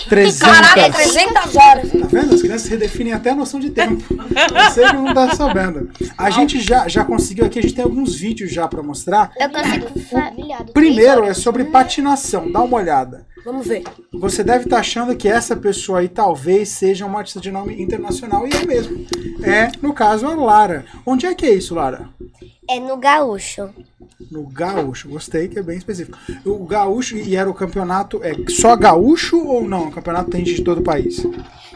300.
Caralho, é 300 horas.
Tá vendo? As crianças redefinem até a noção de tempo. Você que não tá sabendo. A gente já, já conseguiu aqui, a gente tem alguns vídeos já pra mostrar.
Eu consigo fazer.
Humilhado.
Primeiro é sobre patinação, dá uma olhada.
Vamos ver.
Você deve estar achando que essa pessoa aí talvez seja uma artista de nome internacional, e é mesmo. É, no caso, a Lara. Onde é que é isso, Lara?
É no gaúcho.
No Gaúcho, gostei que é bem específico. O Gaúcho, e era o campeonato, é só Gaúcho ou não? O campeonato tem de todo o país.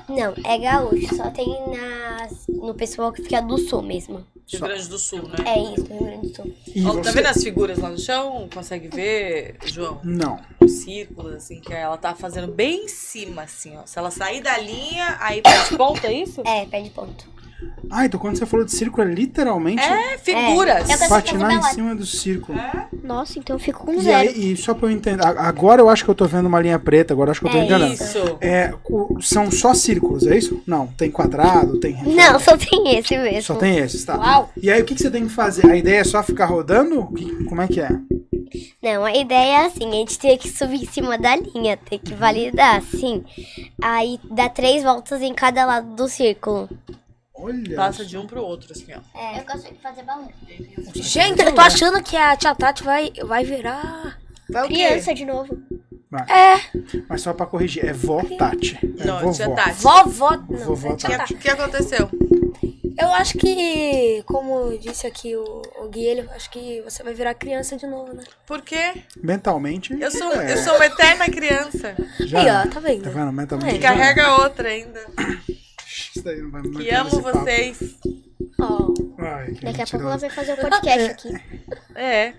Não, é gaúcho. Só tem nas, no pessoal que fica do sul mesmo.
Rio Grande do Sul, né?
É isso, Rio Grande do Sul.
É.
E
Ó, Tá
você-
vendo as figuras lá no chão? Consegue ver, João?
Não.
Os círculos, assim, que ela tá fazendo bem em cima, assim, ó. Se ela sair da linha, aí perde ponto, é isso?
É, perde ponto.
Ah, então quando você falou de círculo, é literalmente
É, figuras.
É. Eu consigo-
patinar em
fazer
cima do círculo.
É.
Nossa, então eu fico com
E,
zero.
aí, e só pra eu entender, a- agora eu acho que eu tô vendo uma linha preta, agora eu acho que eu tô
É
entendendo.
Isso.
É, o- são só círculos, é isso? Não, tem quadrado, tem
Não,
retângulo.
só tem esse mesmo.
Só tem esses, tá.
Uau.
E aí, o que, que você tem que fazer? A ideia é só ficar rodando? O que- Como é que é?
Não, a ideia é assim, a gente tem que subir em cima da linha, tem que validar, sim. Aí dá três voltas em cada lado do círculo.
Olha.
Passa de um pro outro, assim, ó.
É, eu consigo fazer balão.
Gente, eu tô achando que a tia Tati vai, vai virar.
Vai o quê?
Criança de novo.
É.
Mas só pra corrigir, é vó Tati. É
Não, tá,
vovó.
tia Tati.
Vovó. Não,
Vovó
é tia
Tati.
Tati.
O que aconteceu?
Eu acho que, como disse aqui o, o Gui, ele, acho que você vai virar criança de novo, né?
Por quê?
Mentalmente.
Eu sou,
é,
eu sou uma eterna criança.
já
Aí,
era.
ó, tá vendo?
Tá vendo? Mentalmente.
Que
já era.
carrega outra ainda.
Isso daí não vai me
Que
meter
amo
nesse papo.
vocês.
Ai, que
Daqui a
mentirosa.
pouco ela vai fazer o podcast aqui.
É.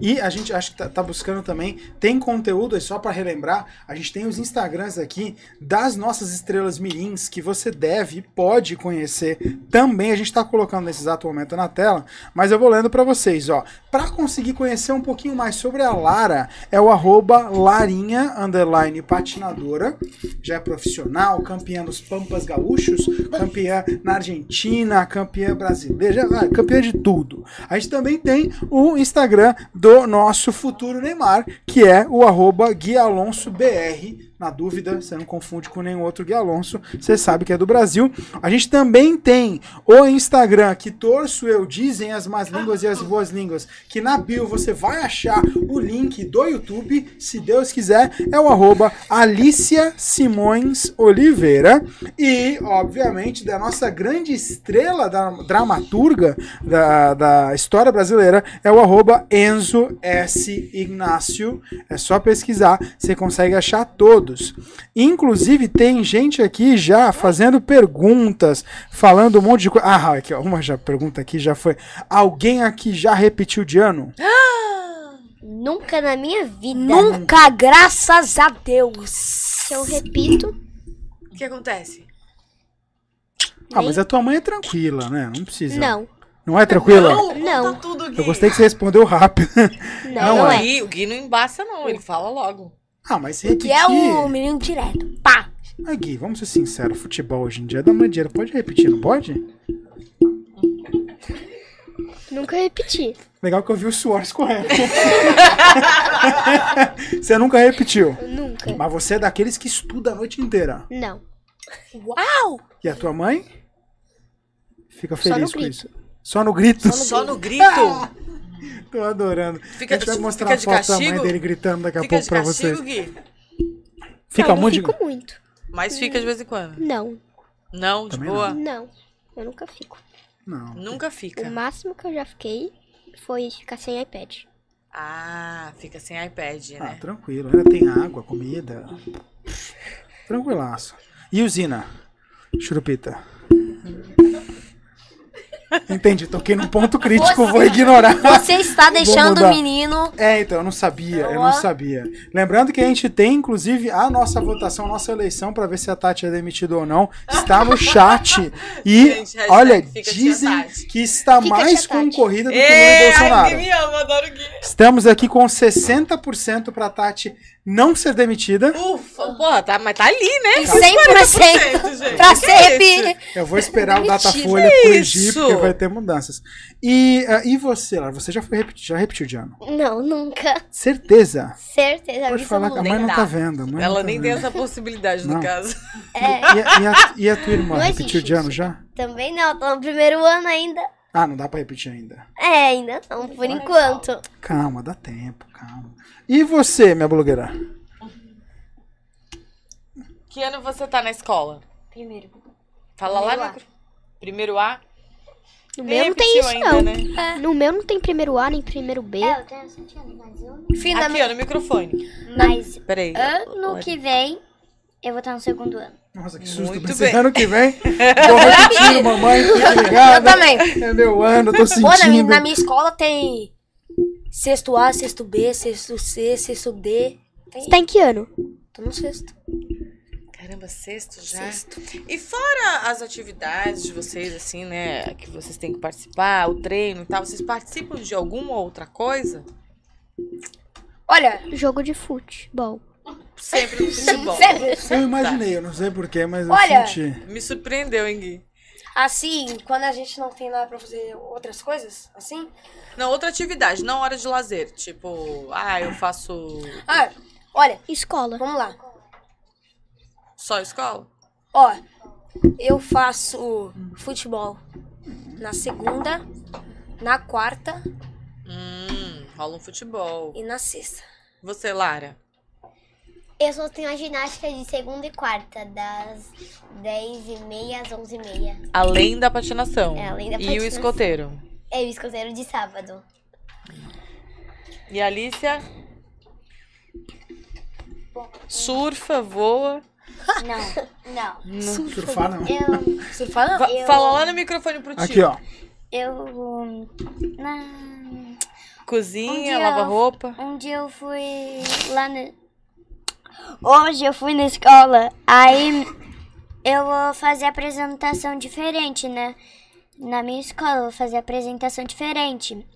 E a gente acho que tá, tá buscando também, tem conteúdo, e só pra relembrar, a gente tem os Instagrams aqui das nossas estrelas mirins que você deve e pode conhecer também. A gente tá colocando nesse exato momento na tela, mas eu vou lendo pra vocês, ó. Pra conseguir conhecer um pouquinho mais sobre a Lara, é o arroba larinha, underline, patinadora. Já é profissional, campeã dos Pampas Gaúchos, campeã na Argentina, campeã brasileira, já- ah, campeã de tudo. A gente também tem o Instagram do nosso futuro Neymar, que é o arroba guialonsobr, Na dúvida, você não confunde com nenhum outro Gui Alonso. Você sabe que é do Brasil. A gente também tem o Instagram, que torço eu, dizem as más línguas e as boas línguas, que na bio você vai achar o link do YouTube, se Deus quiser, é o arroba Alicia Simões Oliveira. E, obviamente, da nossa grande estrela da dramaturga da, da história brasileira é o arroba Enzo S. Ignácio. É só pesquisar, você consegue achar todos. Inclusive, tem gente aqui já fazendo perguntas, falando um monte de coisa. Ah, aqui, ó, uma já, pergunta aqui já foi. Alguém aqui já repetiu de ano?
Nunca na minha vida.
Nunca, graças a Deus.
Eu repito.
O que acontece?
Ah, mas a tua mãe é tranquila, né? Não precisa.
Não.
Não é tranquila?
Não,
Não.
Conta Tá tudo, Gui.
Eu gostei que você respondeu rápido.
Não,
Não
não
é.
O
é.
Gui, o Gui não embaça, não. Ele fala logo.
Ah, mas se repetir.
Que é o menino direto. Pá.
Ah, Gui, vamos ser sinceros, futebol hoje em dia dá muito dinheiro. Pode repetir, não pode?
é. Nunca repeti.
Legal que eu vi o suor escorrendo. você nunca repetiu.
Nunca.
Mas você é daqueles que estuda a noite inteira.
Não.
E a tua mãe? Fica
Só no
feliz com
grito.
isso. Só no grito?
Só no grito.
Tô adorando.
Fica-
a gente vai mostrar
fica de
a foto da mãe
castigo?
dele gritando daqui a
Fica
pouco
de
pra
castigo,
vocês.
Gui.
Fica
não,
um
não
monte de.
fico muito.
Mas fica de vez em quando.
Não.
Não, de
Também
boa.
Não. Eu nunca fico.
Não.
Nunca fica.
O máximo que eu já fiquei foi ficar sem iPad.
Ah, fica sem iPad,
Ah,
né?
tranquilo. Ainda tem água, comida. Tranquilaço. E usina? Churupita. Entendi, toquei num ponto crítico, vou ignorar.
Você está deixando
mudar.
o menino.
É, então, eu não sabia, eu não
Ó.
sabia. Lembrando que a gente tem, inclusive, a nossa votação, a nossa eleição pra ver se a Tati é demitida ou não, está no chat. E,
Gente, hashtag
olha,
fica
dizem
tia Tati.
que está
Fica
mais
tia Tati.
concorrida do que
Ê,
o
ai, Gui
Bolsonaro.
me ama, adoro o Gui.
Estamos aqui com 60% pra Tati não ser demitida.
Ufa, porra, tá, mas tá ali,
É
né?
100%
gente.
pra
Que que é
ser
isso?
Eu vou esperar o
Mentira,
Datafolha
é
corrigir,
isso?
porque vai ter mudanças. E, ah, e você, Lara? Você já, foi repetir, já repetiu de ano?
Não, nunca.
Certeza.
Certeza
Pode falar que a
absoluta.
mãe
Nem
não
dá.
tá vendo. a mãe não
Ela
tá
nem tem
vendo.
essa possibilidade,
Não.
no caso.
E, a- e a, e a tua irmã
Não
repetiu
existe
de ano
isso.
já?
Também não, tô no primeiro ano ainda.
Ah, não dá pra repetir ainda.
É, ainda não, por enquanto.
Calma, dá tempo, calma. E você, minha blogueira?
Que ano você tá na escola?
Primeiro.
Fala lá
Primeiro
no... Primeiro A?
No
Nem
meu não tem
repetiu
isso,
ainda,
não. É.
né?
No meu não tem primeiro A nem primeiro B.
É, eu tenho 7 anos, mas eu...
Fim da
Aqui, ó, no microfone.
Mas
Peraí.
ano que vem eu vou estar no segundo ano.
Nossa, que susto.
Muito
Pensei,
bem.
ano que vem, vou repetir, mamãe, fica
Eu
ligada.
também.
É meu ano, tô
Pô, na minha,
sentindo.
na minha escola tem sexto A, sexto B, sexto C, sexto D.
Você tá em que ano?
Tô no sexto.
Caramba, sexto já?
Sexto.
E fora as atividades de vocês, assim, né? Que vocês têm que participar, o treino e tal, vocês participam de alguma outra coisa?
Olha,
Jogo de futebol.
Sempre um no futebol.
sério,
Eu imaginei, eu não sei porquê, mas eu
Olha,
senti.
Tá. Me surpreendeu, hein, Gui?
assim, quando a gente não tem nada pra fazer outras coisas, assim.
Não, outra atividade, não hora de lazer. Tipo, ah, eu faço
Ah, olha,
Escola.
vamos lá.
só escola?
Ó, eu faço futebol na segunda, na quarta
Hum, rola um futebol.
e na sexta.
Você, Lara?
Eu só tenho a ginástica de segunda e quarta, das 10h30 às 11h30.
Além da patinação.
É, além da
E o
patinação.
escoteiro.
É o escoteiro de sábado.
E a Alicia? Surfa, voa.
Não, não.
Surfar não.
Eu,
Você fala?
Va- Fala lá no microfone pro tio.
Aqui, ó.
eu... Na... Um
Cozinha,
dia
lava
eu-
roupa.
Um dia eu fui lá na. Hoje eu fui na escola, aí eu vou fazer apresentação diferente, né? Na minha escola eu vou fazer apresentação diferente.
O que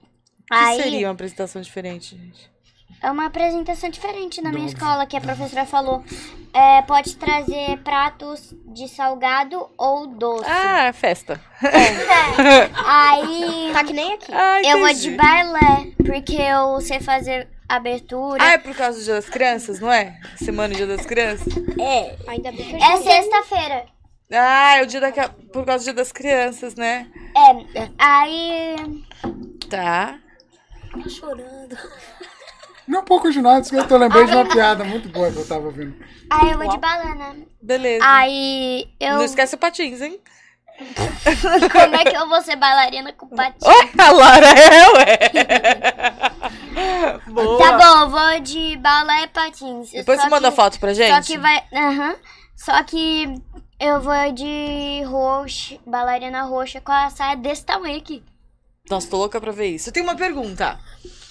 aí
seria uma apresentação diferente, gente?
é uma apresentação diferente na minha escola, que a professora falou. é, pode trazer pratos de salgado ou doce.
Ah, festa.
Aí
Tá que nem aqui.
Ah,
eu vou
entendi.
de balé, porque eu sei fazer abertura.
Ah, é por causa do Dia das Crianças, não é? Semana do Dia das Crianças?
É. Ainda bem que eu
É sexta-feira.
Ah, é o dia daquela. Por causa do Dia das Crianças, né?
É, aí.
Tá.
Tô chorando.
Não pode continuar, isso que eu tô lembrando de uma piada muito boa que eu tava ouvindo.
Aí eu vou de banana.
Beleza.
Aí Ah, eu.
Não esquece o patins, hein?
Como é que eu vou ser bailarina com patinho?
Olha, a Lara é, ué. Boa.
Tá bom, eu vou de balé e patins.
Depois
Só
você manda
que-
foto pra gente.
Só que vai. Aham. Só que eu vou de roxa, bailarina roxa com a saia desse tamanho aqui.
Nossa, tô louca pra ver isso. Eu tenho uma pergunta.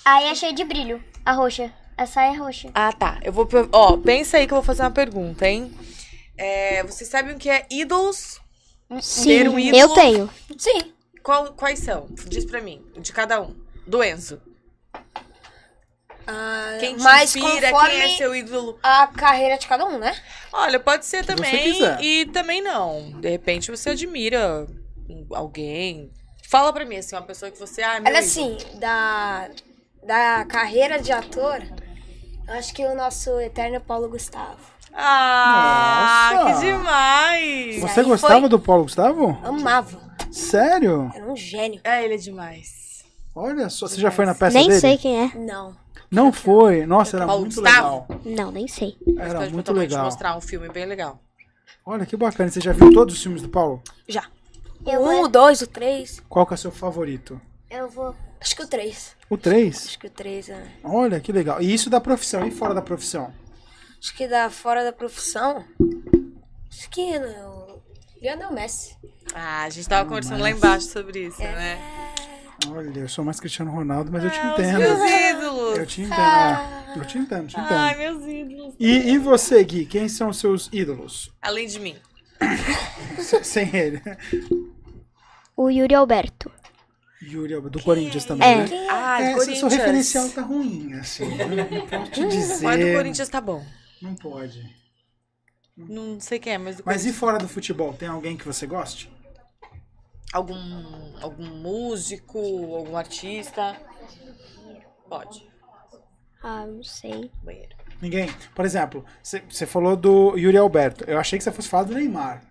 Aí é cheia de brilho, a roxa. A saia é roxa.
Ah, tá. Eu vou. per- Ó, pensa aí que eu vou fazer uma pergunta, hein? É, vocês sabem o que é ídolos?
Hum,
Ter um ídolo.
Eu tenho.
Sim.
Qual- quais são? Diz pra mim, de cada um. Do Enzo. Quem te
Ah, mas
inspira,
conforme
quem é seu ídolo?
a carreira de cada um, né?
Olha, pode ser
você
também
quiser.
e também não. De repente você admira um- alguém. Fala pra mim, assim, uma pessoa que você... Ah, meu
Olha
ídolo.
assim, da, da carreira de ator, eu acho que o nosso eterno Paulo Gustavo.
Ah,
Nossa!
que demais!
Você gostava do Paulo Gustavo?
Amava.
Sério?
Era um gênio.
É, ele é demais.
Olha só, você já foi na peça
Nem
dele?
sei quem é.
Não.
Não foi. Nossa, era
Paulo
muito
Gustavo?
legal.
Não, nem sei.
Mas
Era
pode
muito
totalmente
legal.
mostrar um filme bem legal.
Olha que bacana, você já viu todos os filmes do Paulo?
Já. O um, o dois, o três.
Qual que é o seu favorito?
Eu vou.
Acho que o três.
O 3?
Acho que o três, é.
Olha que legal. E isso da profissão, e fora da profissão?
Acho que da fora da profissão. Acho que não. Lionel Messi.
Ah, a gente tava conversando lá embaixo sobre isso, né?
Olha, eu sou mais Cristiano Ronaldo, mas É, né? eu te
Meus
entendo.
ídolos!
Eu te entendo. é. Eu te entendo, te
Ai,
entendo.
meus ídolos.
E, e você, Gui, quem são os seus ídolos?
Além de mim.
Se- Sem ele.
O Yuri Alberto.
Yuri Alba, do Corinthians também,
É.
né?
Ah,
É, seu,
Corinthians.
seu referencial tá ruim, assim. né? Não posso te dizer.
Mas do Corinthians tá bom.
Não pode.
Não sei quem é, mas do
Mas
Corinthians.
e fora do futebol, tem alguém que você goste?
Algum, algum músico, algum artista? Pode.
Ah, não sei.
Banheiro.
Ninguém. Por exemplo, você- você falou do Yuri Alberto. Eu achei que você fosse falar do Neymar.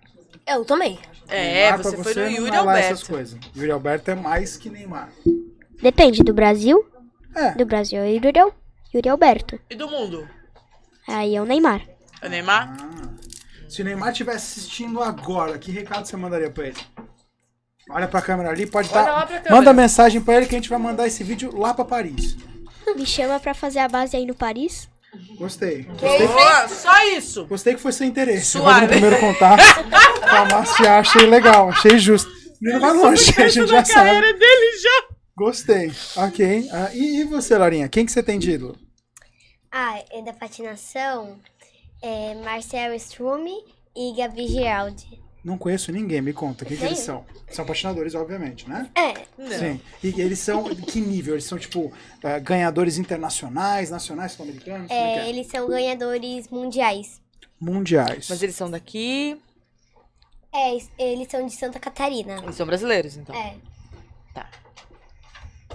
Eu também.
É,
Neymar, pra
você foi no
não
Yuri
vai lá essas
Alberto.
coisas. Yuri Alberto é mais que Neymar.
Depende do Brasil.
É.
Do Brasil é o Yuri, Al- Yuri Alberto.
E do mundo?
Aí é o Neymar.
É Neymar?
Ah. Se o Neymar estivesse assistindo agora, que recado você mandaria pra ele? Olha pra câmera ali, pode
Olha
estar.
lá pra câmera.
Manda mensagem pra ele que a gente vai mandar esse vídeo lá pra Paris.
Me chama pra fazer a base aí no Paris.
Gostei.
Boa, só isso!
Gostei que foi sem interesse.
Suave.
Logo no primeiro contato, pra Márcia, achei legal, achei justo. Não vai longe, a gente já sabe.
dele já!
Gostei. Ok. Ah, e, e você, Larinha? Quem que você tem de ídolo?
Ah, é da patinação. É Marcel Strume e Gabi Giraldi.
Não conheço ninguém, me conta. O que, que eles são? São patinadores, obviamente, né?
Não.
Sim. E eles são. Que nível? Eles são, tipo, eh, ganhadores internacionais, nacionais, sul-americanos? como que é?
eles são ganhadores mundiais.
Mundiais.
Mas eles são daqui.
É, eles são de Santa Catarina.
Eles são brasileiros,
Tá.
então.
É.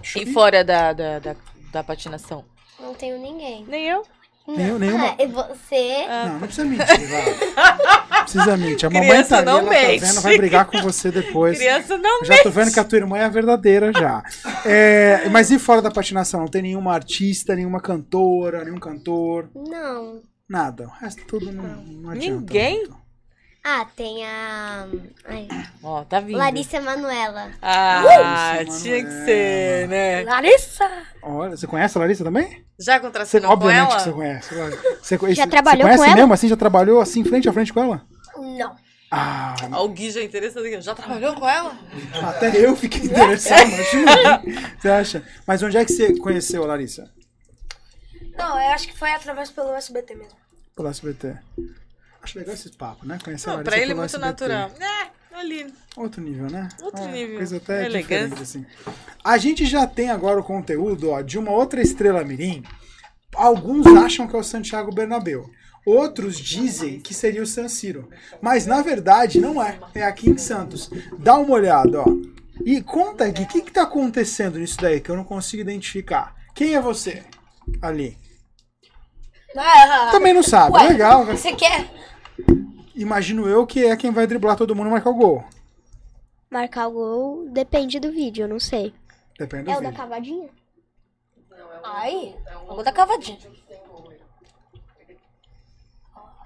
Show.
E fora da, da, da, da patinação?
Não tenho ninguém.
Nem eu.
Nenhum- nenhuma.
é você.
Não, não precisa mentir, vai. Não precisa mentir. A mamãe
Criança
tá ali,
não
ela
mente.
tá vendo, vai brigar com você depois.
Criança não
Eu Já tô vendo que a tua irmã é a verdadeira já. É, mas e fora da patinação? Não tem nenhuma artista, nenhuma cantora, nenhum cantor?
Não.
Nada. O resto tudo não, não adianta.
Ninguém?
muito.
Ah, tem a. ai,
Ó, tá vindo.
Larissa Manuela.
Ah,
Larissa
tinha que
Manoela.
ser, né?
Larissa!
Olha, você conhece a Larissa também?
Já
Você,
contracenou com
obviamente
ela?
que você é conhece. Claro. Você, conhe-
Já
você
trabalhou
conhece
com ela?
mesmo assim? Já trabalhou assim, frente a frente com ela?
Não.
Ah,
Ó, o Gui já é interessado aqui. Já trabalhou com ela?
até eu fiquei interessado, imagina. Você acha? Mas onde é que você conheceu a Larissa?
Não, eu acho que foi através pelo SBT mesmo.
Pelo SBT. Acho legal esse papo, né? Conhecer a
Não,
Larissa
pra ele é
pelo
muito
SBT.
natural. É, ali.
Outro nível, né?
Outro nível.
Coisa até
Elegância.
diferente, assim. A gente já tem agora o conteúdo ó, de uma outra estrela mirim. Alguns acham que é o Santiago Bernabéu. Outros dizem que seria o San Siro. Mas, na verdade, não é. É aqui em Santos. Dá uma olhada, ó. E conta aqui, o que que tá acontecendo nisso daí que eu não consigo identificar? Quem é você? ali.
Ah,
Também não sabe,
Ué.
legal.
Você quer?
Imagino eu que é quem vai driblar todo mundo e marcar o gol.
Marcar o gol depende do vídeo, eu não sei.
Depende do
É o da
vídeo.
cavadinha?
Não, é um
Aí,
outro- é
eu
um
vou
outro
dar cavadinha.
vídeo que tem gol, ele. Ele-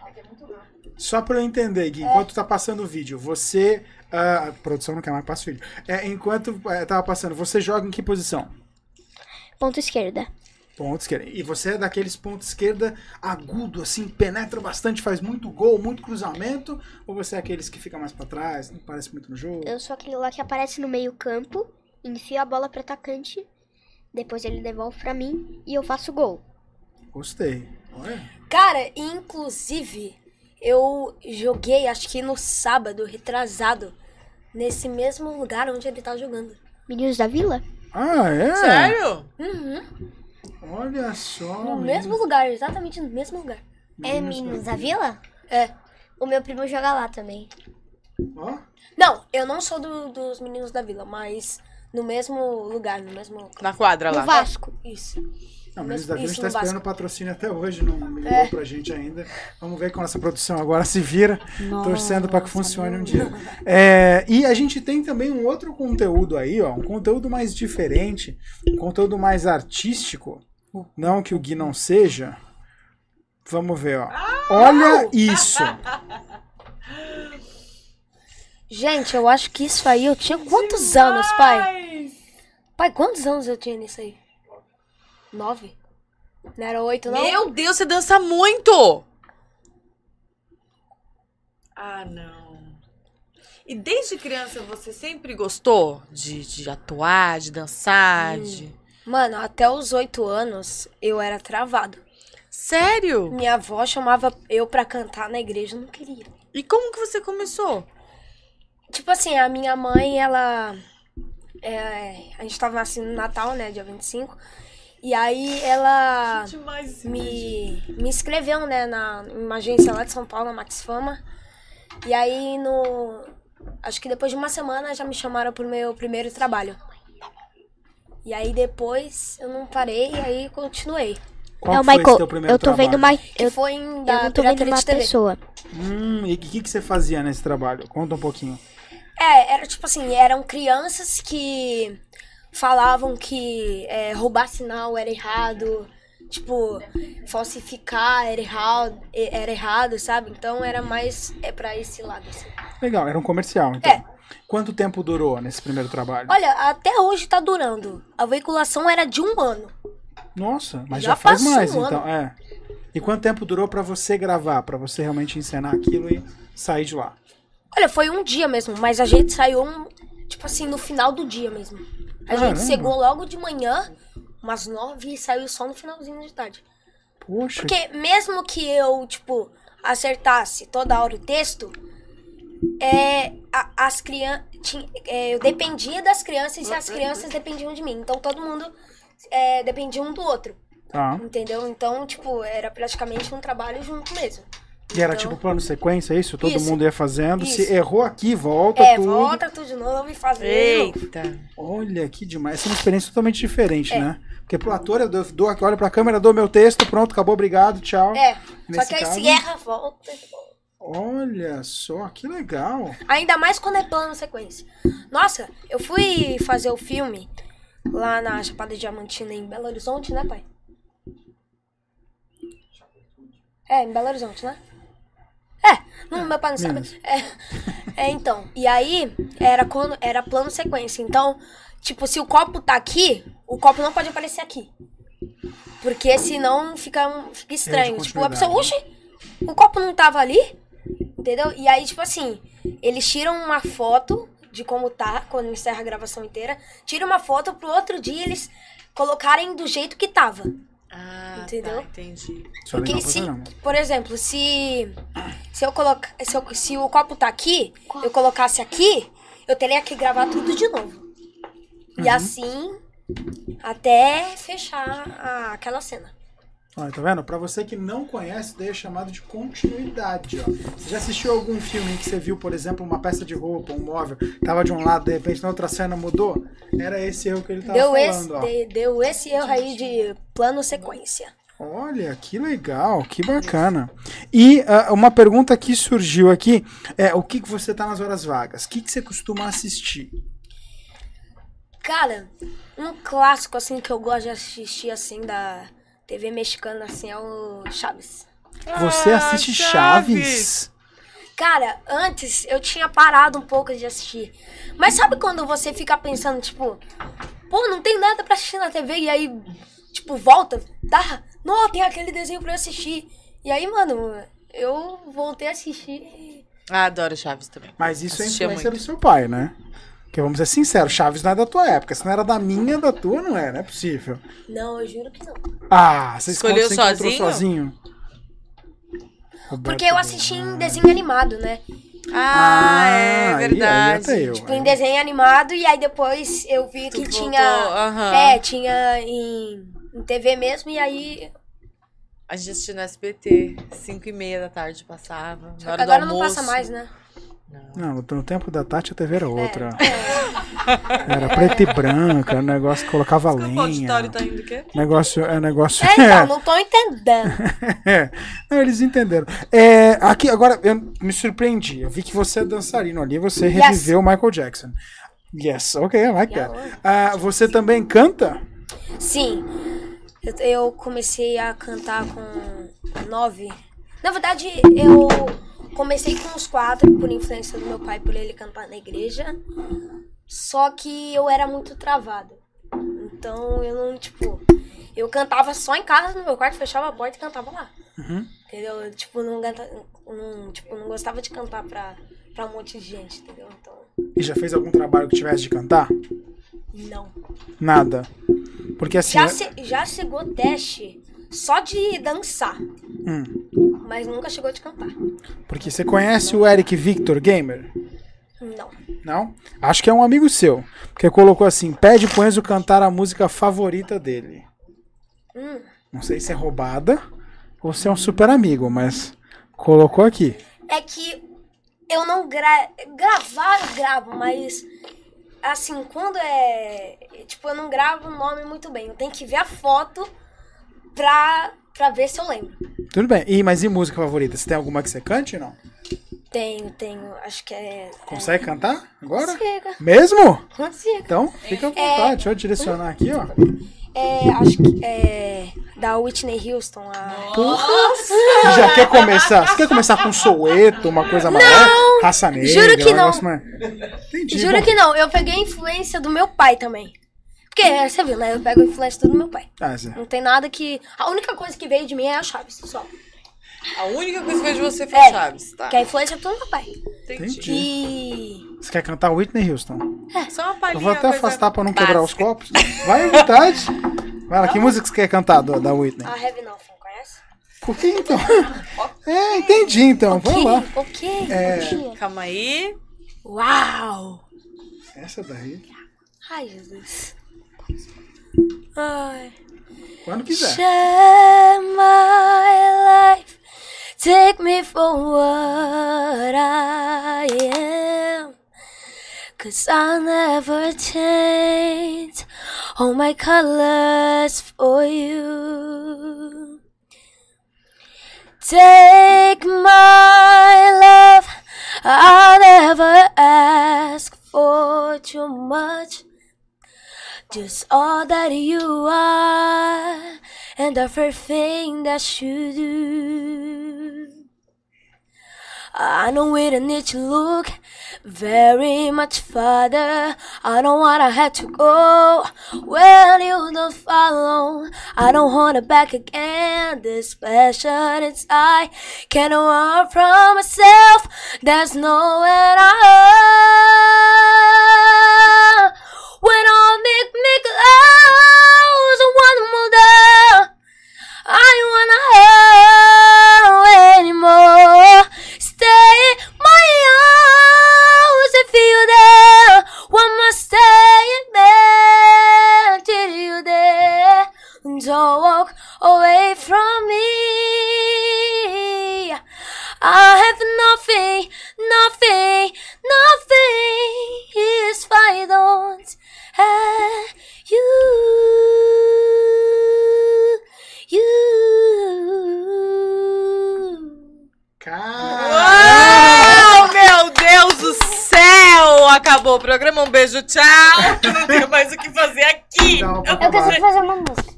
É que é muito rápido.
Só pra eu entender, Gui, enquanto tá passando o vídeo, você. ah, a produção não quer mais passar o vídeo. É, enquanto eh, tava passando, você joga em que posição?
Ponto esquerda.
Ponto esquerda. E você é daqueles pontos esquerda agudo, assim, penetra bastante, faz muito gol, muito cruzamento? Ou você é aqueles que fica mais pra trás, não parece muito no jogo?
Eu sou aquele lá que aparece no meio campo, enfia a bola pro atacante, depois ele devolve pra mim e eu faço gol.
Gostei. Olha.
Cara, inclusive, eu joguei, acho que no sábado, retrasado, nesse mesmo lugar onde ele tá jogando.
Meninos da Vila?
Ah, é?
Sério?
Olha só.
No
menino.
mesmo lugar, exatamente no mesmo lugar.
É Meninos da Vila?
É.
O meu primo joga lá também.
Ó,
Não, eu não sou do- dos meninos da vila, mas no mesmo lugar, no mesmo. É,
Na quadra
No
lá.
Vasco.
Isso.
Não, mas
Mas
Davi, a gente
isso
tá
no Vasco.
esperando o patrocínio até hoje, não ligou pra gente ainda. Vamos ver com a nossa produção agora se vira, torcendo pra que funcione um dia. É, e a gente tem também um outro conteúdo aí, ó, um conteúdo mais diferente, um conteúdo mais artístico, não que o Gui não seja. Vamos ver, ó. Olha isso.
Gente, eu acho que isso aí eu tinha quantos anos, pai? Pai, quantos anos eu tinha nisso aí? Nove? Não era oito, não?
Meu Deus, você dança muito! Ah, não. E desde criança você sempre gostou de, de atuar, de dançar, de...
Mano, até os oito anos eu era travado.
Sério?
Minha avó chamava eu pra cantar na igreja, eu não queria.
E como que você começou?
Tipo assim, a minha mãe, ela. é, a gente tava nascendo no Natal, né? Dia 25. E aí ela
Demais esse vídeo.
me, me inscreveu, né? Na, numa agência lá de São Paulo, na Max Fama. E aí no. Acho que depois de uma semana já me chamaram pro meu primeiro trabalho. E aí depois eu não parei e aí continuei.
Qual
é o
que foi
Michael.
esse teu primeiro
eu tô
trabalho?
vendo uma.
Que
Eu,
foi em
eu
da
não tô vendo
Pirataria
uma
de TV.
pessoa.
Hum, e o que, que você fazia nesse trabalho? Conta um pouquinho.
É, era tipo assim, eram crianças que falavam que é, roubar sinal era errado, tipo, falsificar era errado, era errado, sabe? Então era mais é para esse lado assim.
Legal, era um comercial, então.
É.
Quanto tempo durou nesse primeiro trabalho?
Olha, até hoje tá durando. A veiculação era de um ano.
Nossa, mas já,
Já
faz
passou
mais,
um ano.
então. É. E quanto tempo durou pra você gravar, Pra você realmente encenar aquilo e sair de lá?
Olha, foi um dia mesmo, mas a gente saiu, um- tipo assim, no final do dia mesmo. A
Caramba.
gente chegou logo de manhã, umas nove, e saiu só no finalzinho de tarde.
Poxa,
Porque mesmo que eu, tipo, acertasse toda hora o texto, é, a- as crianças. eu dependia das crianças e as crianças dependiam de mim. Então todo mundo é, dependia um do outro.
tá.
Entendeu? Então, tipo, era praticamente um trabalho junto mesmo.
E era
Então-
tipo plano sequência, é isso? Todo
Isso.
mundo ia fazendo. Se
Isso.
errou aqui, volta
é,
tudo.
volta tudo de novo e faz de novo.
Eita.
Olha que demais. Essa é uma experiência totalmente diferente,
É.
né? Porque pro ator eu dou, dou aqui, olha pra câmera, dou meu texto, pronto, acabou, obrigado, tchau.
É.
Nesse
Só que aí
caso-
se erra, volta.
Olha só, que legal.
Ainda mais quando é plano sequência. Nossa, eu fui fazer o filme lá na Chapada Diamantina em Belo Horizonte, né, pai? É, em Belo Horizonte, né? É, não, meu pai não sabe.
menos.
É, é, então. E aí, era quando era plano sequência. Então, tipo, se o copo tá aqui, o copo não pode aparecer aqui. Porque senão fica, um- fica estranho. Tipo, a pessoa,
continuidade, né?
oxe, o copo não tava ali? Entendeu? E aí, tipo assim, eles tiram uma foto de como tá, quando encerra a gravação inteira, tira uma foto pro outro dia eles colocarem do jeito que tava.
Ah,
Entendeu?
tá, entendi.
Isso é
Porque
legal Tá pra
se,
caramba.
por exemplo, se se eu colocar, se, eu- se o copo tá aqui, eu colocasse aqui, eu teria que gravar tudo de novo.
Uhum.
E assim até fechar a- aquela cena.
Olha, tá vendo? Pra você que não conhece, daí é chamado de continuidade, ó. Você já assistiu algum filme em que você viu, por exemplo, uma peça de roupa, um móvel, tava de um lado, de repente na outra cena mudou? Era esse erro que ele tava
Deu esse,
falando, ó.
de- deu esse erro aí de plano sequência.
Olha, que legal, que bacana. E ah, uma pergunta que surgiu aqui é o que, que você tá nas horas vagas? O que, que você costuma assistir?
Cara, um clássico assim que eu gosto de assistir assim da TV mexicana assim é o Chaves.
Você
Ah,
assiste Chaves?
Cara, antes eu tinha parado um pouco de assistir. Mas sabe quando você fica pensando, tipo, pô, não tem nada pra assistir na TV e aí, tipo, volta, tá? Não, tem aquele desenho pra eu assistir. E aí, mano, eu voltei a assistir e
Ah, adoro Chaves também.
Mas isso
Assistia
é influência
muito.
do seu pai, né? Porque vamos ser sinceros, Chaves não é da tua época. Se não era da minha, da tua não é, não é possível.
Não, eu juro que não.
Ah, você escolheu
Escolheu
você encontrou
sozinho?
sozinho? Roberto
Porque eu assisti em desenho animado, né?
Ah, é
aí- aí
verdade.
até eu,
Tipo, em
aí-
desenho animado, e aí depois eu vi
Tu
que
voltou,
tinha.
aham.
É, tinha em, em TV mesmo, e aí.
A gente assistiu no SBT, 5 e meia da tarde passava. Na hora
Agora
do
não
almoço.
passa mais, né?
Não, no tempo da Tati a
É.
TV era outra. Era preta e branca, o negócio que colocava
Desculpa, o
lenha.
auditório tá indo o quê?
Negócio, é negócio.
É, então, não tô entendendo.
É. Não, eles entenderam. É, aqui, agora, eu me surpreendi. Eu vi que você é dançarino ali, você
Yes.
reviveu o Michael Jackson. Yes, ok, I like that. Ah, você também canta?
Sim, eu, eu comecei a cantar com nove. Na verdade, eu comecei com os quatro, por influência do meu pai, por ele cantar na igreja. Só que eu era muito travada. Então eu não, tipo. Eu cantava só em casa, no meu quarto, fechava a porta e cantava lá. Entendeu? Eu, tipo, não, ganta- não, tipo, não gostava de cantar pra, pra um monte de gente, entendeu? Então,
E já fez algum trabalho que tivesse de cantar?
não.
Nada. Porque assim.
Já,
é-
che- já chegou teste só de dançar.
Hum,
Mas nunca chegou de cantar.
porque você conhece o Eric Victor Gamer?
Não.
Não? Acho que é um amigo seu. Porque colocou assim: pede pro Enzo cantar a música favorita dele.
Hum.
Não sei se é roubada ou se é um super amigo, mas colocou aqui.
É que eu não gra... gravar eu gravo, mas assim, quando é. Tipo, eu não gravo o nome muito bem. Eu tenho que ver a foto pra, pra ver se eu lembro.
Tudo bem. E, mas e música favorita? Você tem alguma que você cante ou não?
Tenho, tenho. Acho que é.
Consegue cantar agora?
Consigo,
Mesmo?
consigo.
Então, fica à vontade. Deixa eu direcionar aqui, ó.
É, acho que é. Da Whitney Houston. A...
Você já quer começar? Você quer começar com soeto, uma coisa mais? Raça negra,
juro que
um
não.
negócio mais- Entendi.
Juro
bom.
que não, eu peguei a influência do meu pai também. Porque, é, você viu, né? Eu pego a influência do meu pai.
Ah, Zé.
Não tem nada que. A única coisa que veio de mim é a Chaves, só.
A única coisa que eu vejo você foi
É,
Chaves, tá?
Que a influência é tudo meu pai.
Entendi.
Entendi.
E.
Você quer cantar Whitney Houston?
É.
Só uma palhinha.
Eu vou até
coisa
afastar pra não
básica.
quebrar os copos. Vai à vontade. Vai lá, que música você quer cantar do- da Whitney?
A Heavy Nothing, conhece?
Por que então? É, entendi então. Vamos lá.
O quê?
Calma aí.
Uau!
Essa daí.
Ai, Jesus. Ai.
Quando quiser.
Share my life. Take me for what I am. Cause I'll never change all my colors for you. Take my love, I'll never ask for too much. Just all that you are and everything that you do. I know we don't need to look very much further. I don't wanna have to go when you don't follow. I don't wanna back again. This passion inside can't run from myself. There's nowhere I am. When I make me close one more day, I wanna have anymore. Stay in my arms if you there. One more stay there till you there. Don't walk away from Ah.
um beijo, tchau. Eu não tenho mais o que fazer aqui.
Não,
Eu
papai.
Eu consigo fazer uma música.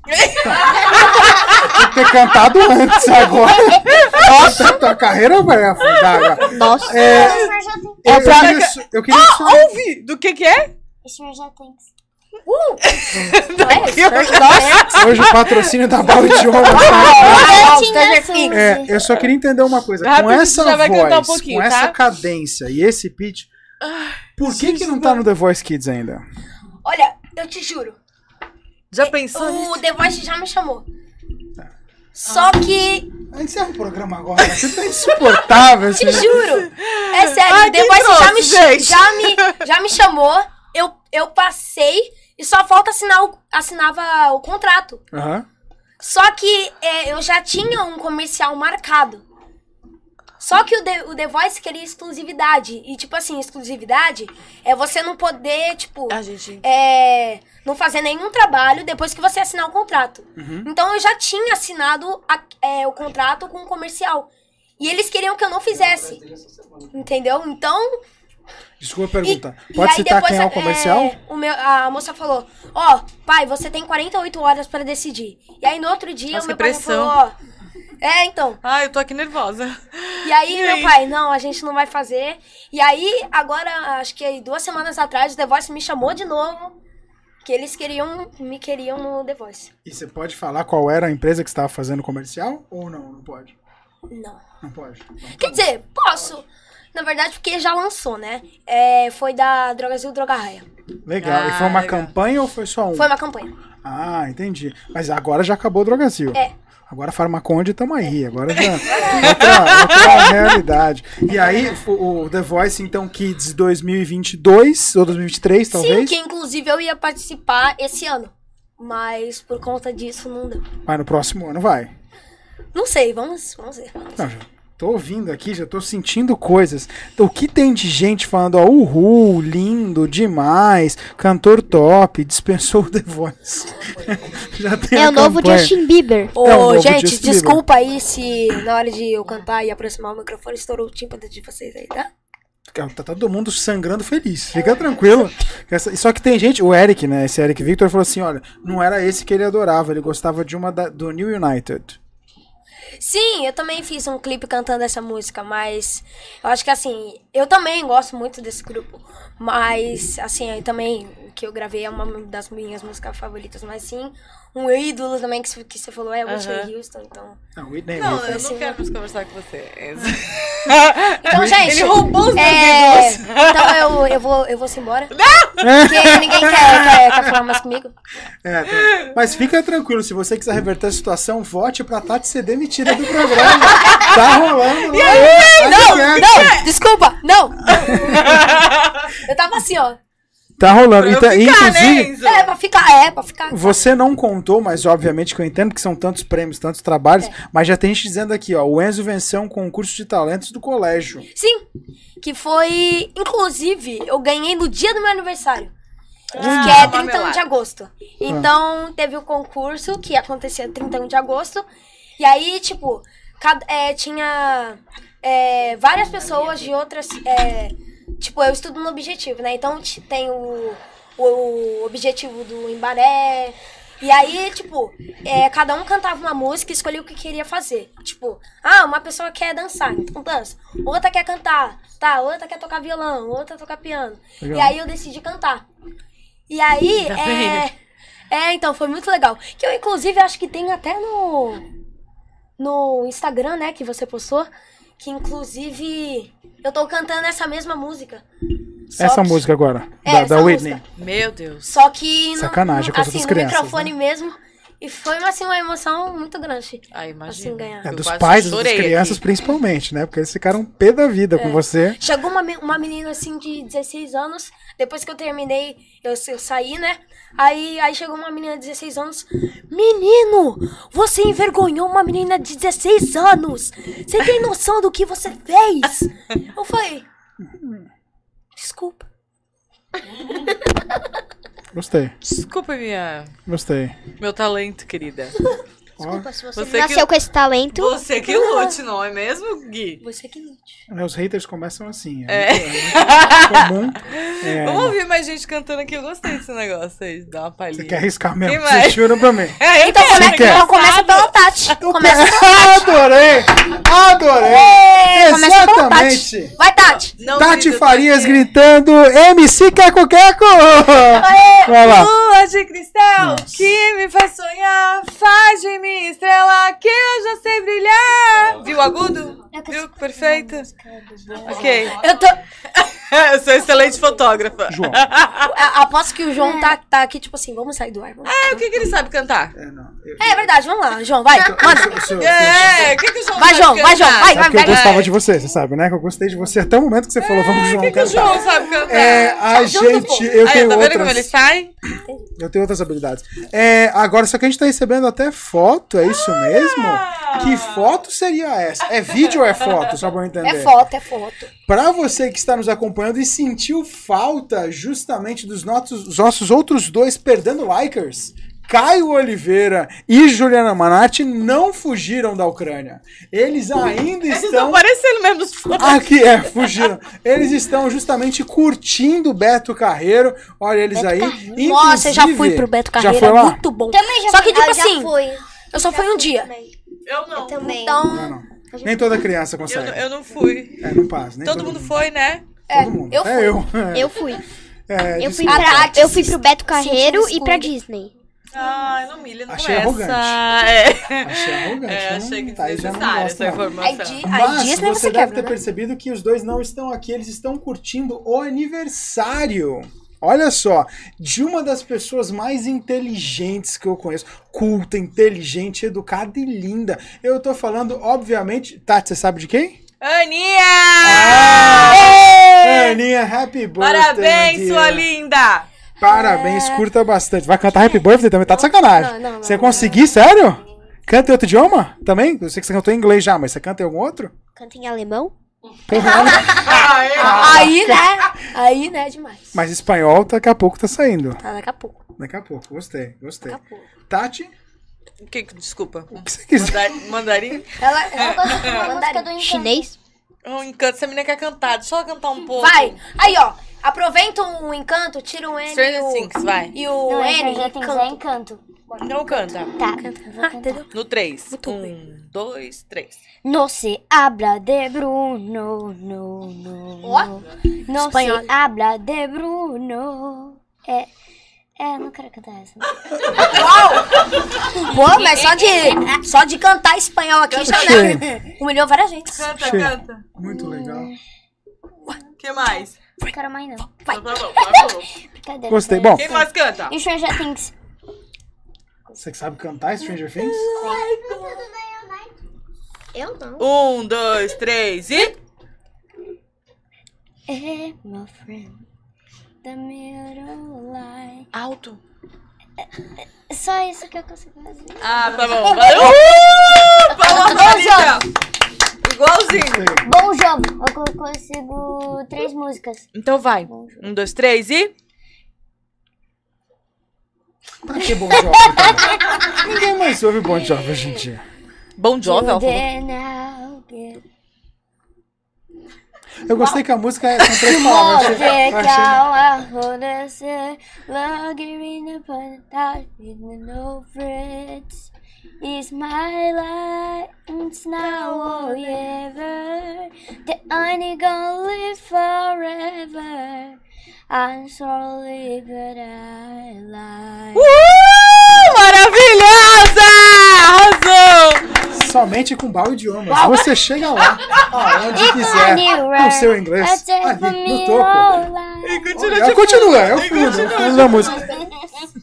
Tem que ter cantado antes agora. Nossa, tua carreira vai afundar agora.
Nossa.
É,
Esse senhor já tem.
eu, eu
pra-
queria, só- eu queria só.
ouvi. Do que que é?
Esse senhor já tem.
Nossa.
Hoje o patrocínio da Bala de Ouro. É,
tá,
É,
Certinho,
eu só queria entender uma coisa. com
Rápido,
essa
já vai cantar um
voz,
pouquinho,
com
tá?
essa cadência e esse pitch, por que que não tá no The Voice Kids ainda?
Olha, eu te juro,
Já pensou nisso?
o The Voice já me chamou. Só que,
A gente encerra o programa agora. Você tá insuportável. assim.
te juro, é sério,
Ai,
o The
quem
Voice já,
trouxe,
me, ch-
gente?
já, me, já me chamou, eu, eu passei e só falta assinar o, assinava o contrato.
Aham.
Só que é, eu já tinha um comercial marcado. Só que o The, o The Voice queria exclusividade. E, tipo assim, exclusividade é você não poder, tipo,
A gente.
é, não fazer nenhum trabalho depois que você assinar o contrato.
Uhum.
Então eu já tinha assinado a- é, o contrato com o comercial. E eles queriam que eu não fizesse. Entendeu? Então,
Desculpa
e-
perguntar.
e
Pode
aí
citar
depois,
quem é o comercial?
o meu, a moça falou: Ó, pai, você tem 48 horas pra decidir. E aí no outro dia,
Nossa,
o meu
que
pai já
pressão.
falou: Ó. É, então.
Ai, eu tô aqui nervosa.
E aí,
E
meu
aí?
pai, não, a gente não vai fazer. E aí, agora, acho que aí duas semanas atrás, o The Voice me chamou de novo. Que eles queriam, me queriam no The Voice.
E você pode falar qual era a empresa que estava fazendo o comercial? Ou não? Não pode.
Não.
Não pode. Então, tá
Quer
bom.
dizer, posso. Na verdade, porque já lançou, né? É, foi da Drogazil Droga Raia.
Legal. e foi
Ah,
uma
legal.
campanha ou foi só um?
Foi uma campanha.
Ah, entendi. Mas agora já acabou o Drogazil.
É.
Agora Farmaconde tamo aí.
É.
Agora já. outra, outra realidade. E aí, o, o The Voice, então, Kids 2022 ou 2023,
Sim,
talvez.
que inclusive eu ia participar esse ano. Mas por conta disso não deu.
Mas no próximo ano vai.
Não sei, vamos, vamos ver.
Não, já tô ouvindo aqui, já tô sentindo coisas. Então, o que tem de gente falando, ó, uhul, lindo demais, cantor top, dispensou o The Voice. já tem
É
a
o novo
campanha.
Justin Bieber.
Ô,
É um novo
gente,
Justin Bieber.
desculpa aí se na hora de eu cantar e aproximar o microfone estourou o tímpano de vocês aí, tá?
Tá tá todo mundo sangrando feliz. Fica tranquilo. Essa- Só que tem gente, o Eric, né? Esse Eric Victor falou assim: olha, não era esse que ele adorava, ele gostava de uma da- do New United.
Sim, eu também fiz um clipe cantando essa música, mas eu acho que assim, eu também gosto muito desse grupo, mas assim, eu também o que eu gravei é uma das minhas músicas favoritas, mas sim, um ídolo também que, você- que você falou é o Whitney Houston, então.
Não, Whitney
Não,
Houston.
eu não quero mais conversar com você. É
Então, gente,
Ele roubou os meus
é,
ídolos.
então eu, eu vou eu vou se embora. Porque ninguém quer, quer, quer falar mais comigo.
É, tá. Mas fica tranquilo, se você quiser reverter a situação, vote pra Tati ser demitida do programa. tá rolando. lá. Tá certo.
Não, desculpa, não. Eu tava assim, ó.
Tá rolando.
Pra eu
Então,
ficar, né,
inclusive,
Enzo?
É, pra ficar, é, pra ficar.
você não contou, mas obviamente que eu entendo que são tantos prêmios, tantos trabalhos,
É.
mas já tem gente dizendo aqui, ó, o Enzo venceu um concurso de talentos do colégio.
Sim, que foi. Inclusive, eu ganhei no dia do meu aniversário.
Ah,
que é 31
marmelada. Ah.
de agosto. Então, teve o concurso que acontecia 31 de agosto. E aí, tipo, cada- é, tinha é, várias pessoas de outras. é, tipo, eu estudo no objetivo, né? Então ti- tem o, o objetivo do Embaré. E aí, tipo, é, cada um cantava uma música e escolhia o que queria fazer. Tipo, ah, uma pessoa quer dançar, então dança. Outra quer cantar, tá? Outra quer tocar violão, outra tocar piano.
Legal.
E aí eu decidi cantar. E aí,
Ainda bem, né?
é, é, então, foi muito legal. Que eu, inclusive, acho que tem até no, no Instagram, né, que você postou. Que, inclusive, eu tô cantando essa mesma música. Só
essa
que-
música agora,
É,
da,
essa
da Whitney.
música.
Meu Deus.
Só que no,
Sacanagem com as
assim,
outras
no
crianças, né?
microfone mesmo. E foi, assim, uma emoção muito grande.
Ai, Ah, imagina.
Assim, ganhar.
É,
Eu
dos
quase
pais, das
chorei aqui.
crianças principalmente, né? Porque eles ficaram pé da vida com você.
Chegou uma, me- uma menina assim de 16 anos, depois que eu terminei, eu, eu saí, né? Aí, aí chegou uma menina de 16 anos. Menino, você envergonhou uma menina de 16 anos! Você tem noção do que você fez? Eu falei. Desculpa.
Gostei,
Desculpa minha,
gostei.
meu talento, querida.
Desculpa, se você,
Você que-
nasceu com esse talento.
Você que lute, não é mesmo, Gui?
Você que lute.
É, Os haters começam assim. É, muito- é muito comum. É,
Vamos ouvir mais gente cantando aqui. Eu gostei desse negócio aí. Dá uma palhinha.
Você quer arriscar mesmo?
Quem mais?
Você jura pra mim.
É, eu
Então,
quero,
come-
que é
quer?
então começa
engraçado.
pela Tati. Começa,
Adorei! Adorei!
começa pela
Exatamente!
Tati. Vai, Tati.
Não,
Tati
querido,
Farias
porque-
gritando MC Queco Queco! Vai lá.
Lua de cristal
Nossa.
que me faz sonhar, faz de mim estrela que eu já sei brilhar. Viu o agudo? Viu que perfeito? Ok.
Eu tô...
Eu sou excelente fotógrafa.
João.
a- Aposto que o João tá, tá aqui, tipo assim, vamos sair do ar. vamos-
É, o que, que ele sabe cantar?
É, não, eu-
É verdade, vamos lá, João, vai. Manda.
eu sou- eu sou-
É, o que, que o João
Vai,
sabe
João,
cantar?
vai, João, vai,
É
vai,
porque eu
vai.
gostava de você, você sabe, né? Que eu gostei de você até o momento É, que você falou, vamos João
O que o
cantar.
João sabe cantar?
É, a gente, eu
Aí,
tenho
tá vendo como
outras,
ele sai?
eu tenho outras habilidades. É, agora, só que a gente tá recebendo até foto, é isso mesmo? Que foto seria essa? É vídeo ou é foto? Só pra eu entender.
É foto, é foto.
Para você que está nos acompanhando e sentiu falta justamente dos nossos, dos nossos outros dois perdendo likers, Caio Oliveira e Juliana Manatti não fugiram da Ucrânia. Eles ainda
Eles estão
estão
parecendo mesmo os
Aqui é, fugiram. Eles estão justamente curtindo o Beto Carreiro. Olha eles aí.
Nossa, eu já
Inclusive-
fui pro Beto
já
Carreira,
foi lá?
muito bom.
Também já
Só que,
fui-
tipo
ah, já
assim,
fui.
eu só fui um dia.
Também.
Eu não.
Também.
Então,
Não, não. Nem toda criança
Eu,
consegue.
não- eu não fui.
É, não passa. Nem
Todo mundo foi, né?
É, todo mundo.
eu
Até
fui.
eu.
Eu fui.
É,
Eu fui,
desculpa.
pra, eu fui pro Beto Carreiro e
escuro.
pra Disney.
Ai, Ah, não milha, não
Achei
começa.
arrogante.
É.
Achei arrogante.
É,
eu não-
achei que
tá, aí já não
desnecessária
gosto,
essa
não.
informação.
aí, di- aí
Mas
Disney
você
você
deve
quebra,
ter
né?
percebido que os dois não estão aqui, eles estão curtindo o aniversário. Olha só, de uma das pessoas mais inteligentes que eu conheço, culta, inteligente, educada e linda. Eu tô falando, obviamente, Tati, você sabe de quem?
Aninha! Ah,
Aninha, happy birthday. my
É. Parabéns,
dear.
sua linda!
Parabéns, curta bastante. Vai cantar happy birthday também, tá de sacanagem.
É. Não, não, não.
você conseguir, sério? Canta em outro idioma? Também? Eu sei que você cantou em inglês já, mas você canta em algum outro?
Canta em alemão?
Porra,
Aí, né? Aí, né, demais.
mas espanhol daqui a pouco tá saindo.
Tá, daqui a pouco.
Daqui a pouco, gostei, gostei.
Daqui a pouco.
Tati, o
O que que, desculpa?
que você quiser?
Mandar- Mandarim?
Ela, ela gosta de
Uma música do
mandarim.
Encanto. Chinês?
Um encanto, essa menina quer cantar, deixa ela cantar um pouco.
Vai. Aí, ó. Aproveita o encanto, tira o N e
Stranger
o,
Things, vai.
e o
Não, é
N
Stranger
e
Things,
canta.
é Encanto.
Então canta.
Tá.
Ah, entendeu?
No 3. Um, dois, três.
No se habla de Bruno, no, no.
Ó.
No
Espanhol.
se habla de Bruno. É, é, não quero cantar essa.
Pô, mas só de, só de cantar espanhol aqui já, né? Humilhou várias gente.
Canta,
Chega.
canta.
Muito legal.
O que mais?
Não quero mais não.
Tá bom, tá bom.
Brincadeira.
Gostei. Bom,
Quem mais canta?
E Stranger Things.
você que sabe cantar Stranger Things?
Eu não.
Um, dois, três e...
É, my friend. The middle light.
Alto.
É só isso que eu consigo fazer.
Ah, tá bom. Valeu! Uh! Paloma Maria! Igualzinho.
Bom jogo. Eu co- consigo três músicas.
Então vai. Um, dois, três e...
Pra que Tá Bon Jovi? então? Ninguém mais ouve Bon Jovi hoje em dia.
Bom Jovem, ela falou.
Then I'll get
Eu gostei que a música é são três palavras. Eu achei-
Take
eu achei-
our acontecer, looking in the pantalla, in the no friends. It's my life, it's now or ever. The only gonna live forever. I'm sorry, but I lie.
Uh! Maravilhosa! Arrasou!
Somente com Bal Idiomas. Você chega lá, aonde quiser,
Anywhere,
no seu inglês,
I take for
ali, no
me
topo.
all life.
E
Olha, continua, é o fundo, é o fundo da música.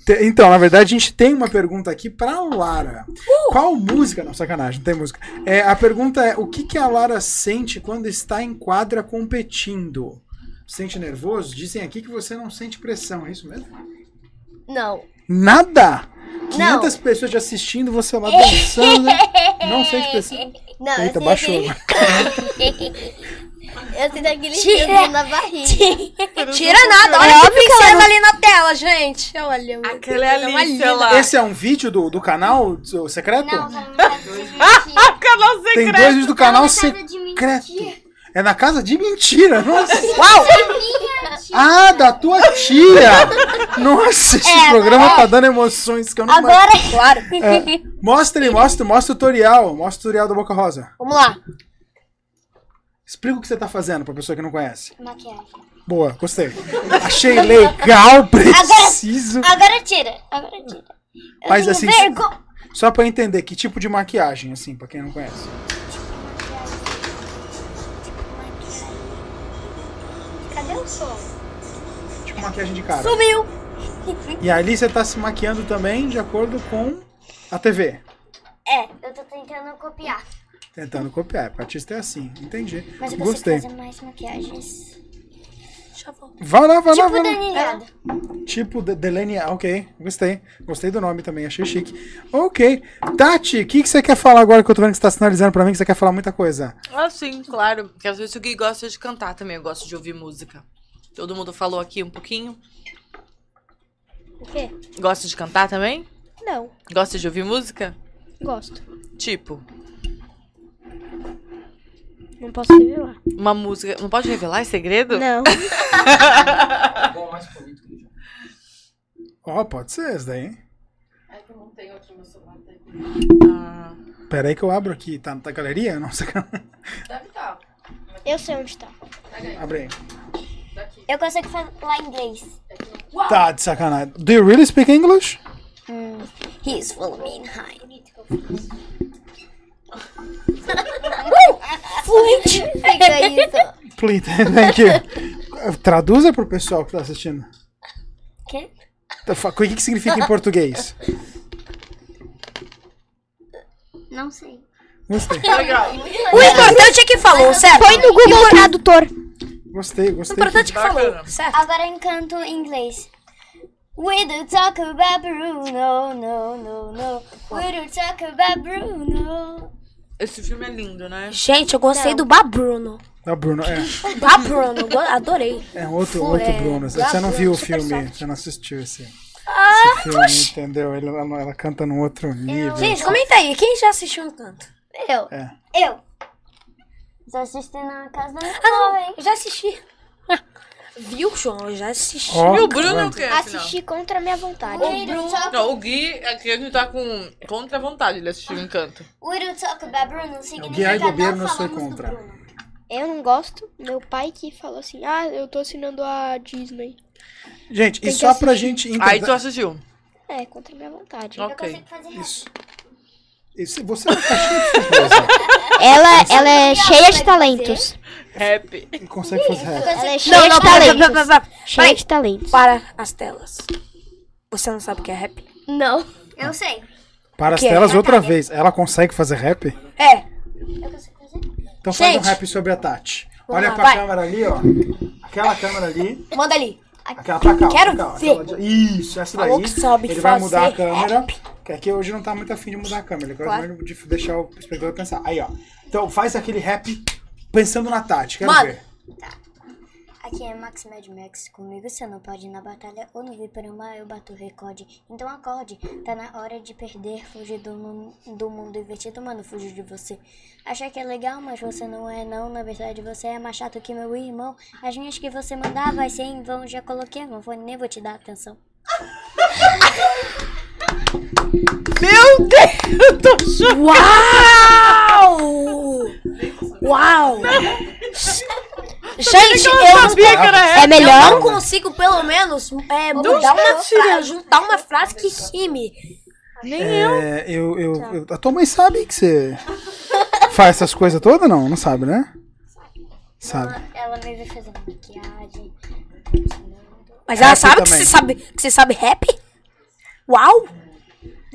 Te- Então, na verdade, a gente tem uma pergunta aqui pra Lara. Qual música? Não, sacanagem, não tem música. É, a pergunta é: o que, que a Lara sente quando está em quadra competindo? Sente nervoso? Dizem aqui que você não sente pressão, é isso mesmo?
Não.
Nada! 500 pessoas te assistindo, você lá né?
é
dançando. Não sente pressão.
Não,
Eita, baixou. né?
Eu sinto aquele frio na barriga.
Tira nada, olha o pincel ali na tela, gente. Olha, meu
Aquela é a
Deus, uma
Alice,
linda.
olha lá.
Esse é um vídeo do, do canal do secreto?
Não, ela não sabe divertir.
Ah, canal
Tem
secreto. é
dois vídeos do canal
na casa de
secreto. É na casa de mentira, nossa.
É Minha tia.
Ah, da tua tia! Nossa, esse programa tá dando emoções que eu não
É, Agora.
Claro.
Mostra aí, mostra, mostra o tutorial. Mostra o tutorial da Boca Rosa.
Vamos lá.
Explica o que você tá fazendo pra pessoa que não conhece.
Maquiagem.
Boa, gostei. Achei legal, preciso.
Agora tira. Agora tira. Eu
Mas
tenho
assim,
vergonha.
só pra eu entender, que tipo de maquiagem, assim, pra quem não conhece.
Cadê o som?
Tipo maquiagem de cara.
Sumiu.
E ali você tá se maquiando também de acordo com a TV.
É, eu tô tentando copiar.
Tentando copiar. Pra artista é assim, entendi.
Mas eu consigo
Gostei.
fazer mais maquiagens.
Vai lá, vai lá,
Tipo
vai lá.
Danilhado.
Tipo de- Delaney, ah, ok, gostei. Gostei do nome também, achei chique. Ok. Tati, o que, que você quer falar agora que eu tô vendo que você tá sinalizando pra mim que você quer falar muita coisa?
Ah, sim, claro. Porque às vezes o Gui gosta de cantar também, eu gosto de ouvir música. Todo mundo falou aqui um pouquinho.
O quê?
Gosta de cantar também?
Não.
Gosta de ouvir música?
Gosto.
Tipo,
Não posso revelar.
uma música. Não pode revelar esse segredo?
Não.
Ó, pode ser esse daí, hein?
Ah,
Pera aí que eu abro aqui. Tá na tua galeria? Nossa, cara.
Eu sei onde tá.
Abre aí.
Eu consigo falar inglês.
Tá, de sacanagem. Do you really speak English?
He's full of mean high.
Fluente.
Fica isso.
Please, thank you. Traduza pro pessoal que tá assistindo.
Quê?
Tá, fa- O que, que significa em português?
Não sei.
Gostei,
O importante é que falou, certo? Foi no Google Tradutor. O
gostei, gostei.
importante é que falou,
Bacana.
certo?
Agora eu canto em inglês. We do talk about Bruno, no, no, no. We do talk about Bruno.
Esse filme é lindo, né?
Gente, eu gostei do Babruno.
Ah, Bruno, é,
Babruno, eu go- adorei.
é outro, outro
é,
Bruno. Você
Bruno,
não viu o
super
filme,
soft.
você não assistiu esse, esse filme, entendeu? Ele- ela, ela canta num outro nível.
Gente, comenta aí, quem já assistiu um canto?
Eu.
É.
Eu. Estou assistindo na casa da minha
Ah, não,
avó, hein?
eu já assisti. Viu, João? Eu já assisti.
Ó,
E o Bruno é o
tá
quê? afinal?
Assisti contra a minha
Tá,
vontade. We do talk,
Não, o Gui é que ele tá com contra a vontade de assistir o encanto.
we do talk about Bruno
Gui
significa
é bobeiro,
não
não sei
falamos tá do
contra.
Bruno.
Eu não gosto. Meu pai que falou assim: Ah, eu tô assinando a Disney.
Gente, e
que
só pra gente
Aí tu
entender.
assistiu.
É, contra minha vontade.
Eu
Ok.
consigo fazer
Isso. Isso, você é uma caixinha de surpresa.
Ela, ela é cheia de talentos.
Rap.
e consegue fazer rap.
Ela é cheia
Não, não,
de
para,
talentos.
para, para, para.
Cheia de talentos.
Para as telas. Você não sabe o que é rap?
Não.
Eu sei.
Para as
Que é
telas outra vez. Ela consegue fazer rap?
É.
Então faz um
Gente.
rap sobre a Tati. Olha
lá,
pra
vai.
câmera ali, ó. Aquela câmera ali.
Manda ali.
Aquela pra cá. ó,
Quero
pra cá, ó.
ver.
Aquela de- Isso, essa daí.
Falou que sabe
ele vai
fazer
mudar a câmera. Que aqui hoje não tá muito afim de mudar a câmera. Ele gosta
Claro.
muito de deixar o espectador pensar. Aí, ó. Então faz aquele rap pensando na Tati. Quero
Mano.
ver.
Aqui é Max Mad Max, comigo você não pode ir na batalha ou no Viperama eu bato o recorde. Então acorde, tá na hora de perder, fugir do, mu- do mundo invertido, mano, fugir de você. Achar que é legal, mas você não é não, na verdade você é mais chato que meu irmão. As minhas que você mandar vai ser em vão, já coloquei a mão, foi, nem vou te dar atenção.
Meu Deus, eu tô chorando.
Uau! Uau! Gente, eu
sabia que era
É
rap.
melhor. Eu não consigo, pelo menos, é, mudar uma
tá tirando.
frase, juntar uma frase que rime.
É, eu, eu, eu- a tua mãe sabe que você faz essas coisas todas? Não, não sabe, né? Sabe.
Ela me vê fazendo maquiagem.
Mas ela
Rap
sabe que,
também.
você sabe que você sabe rap? Uau!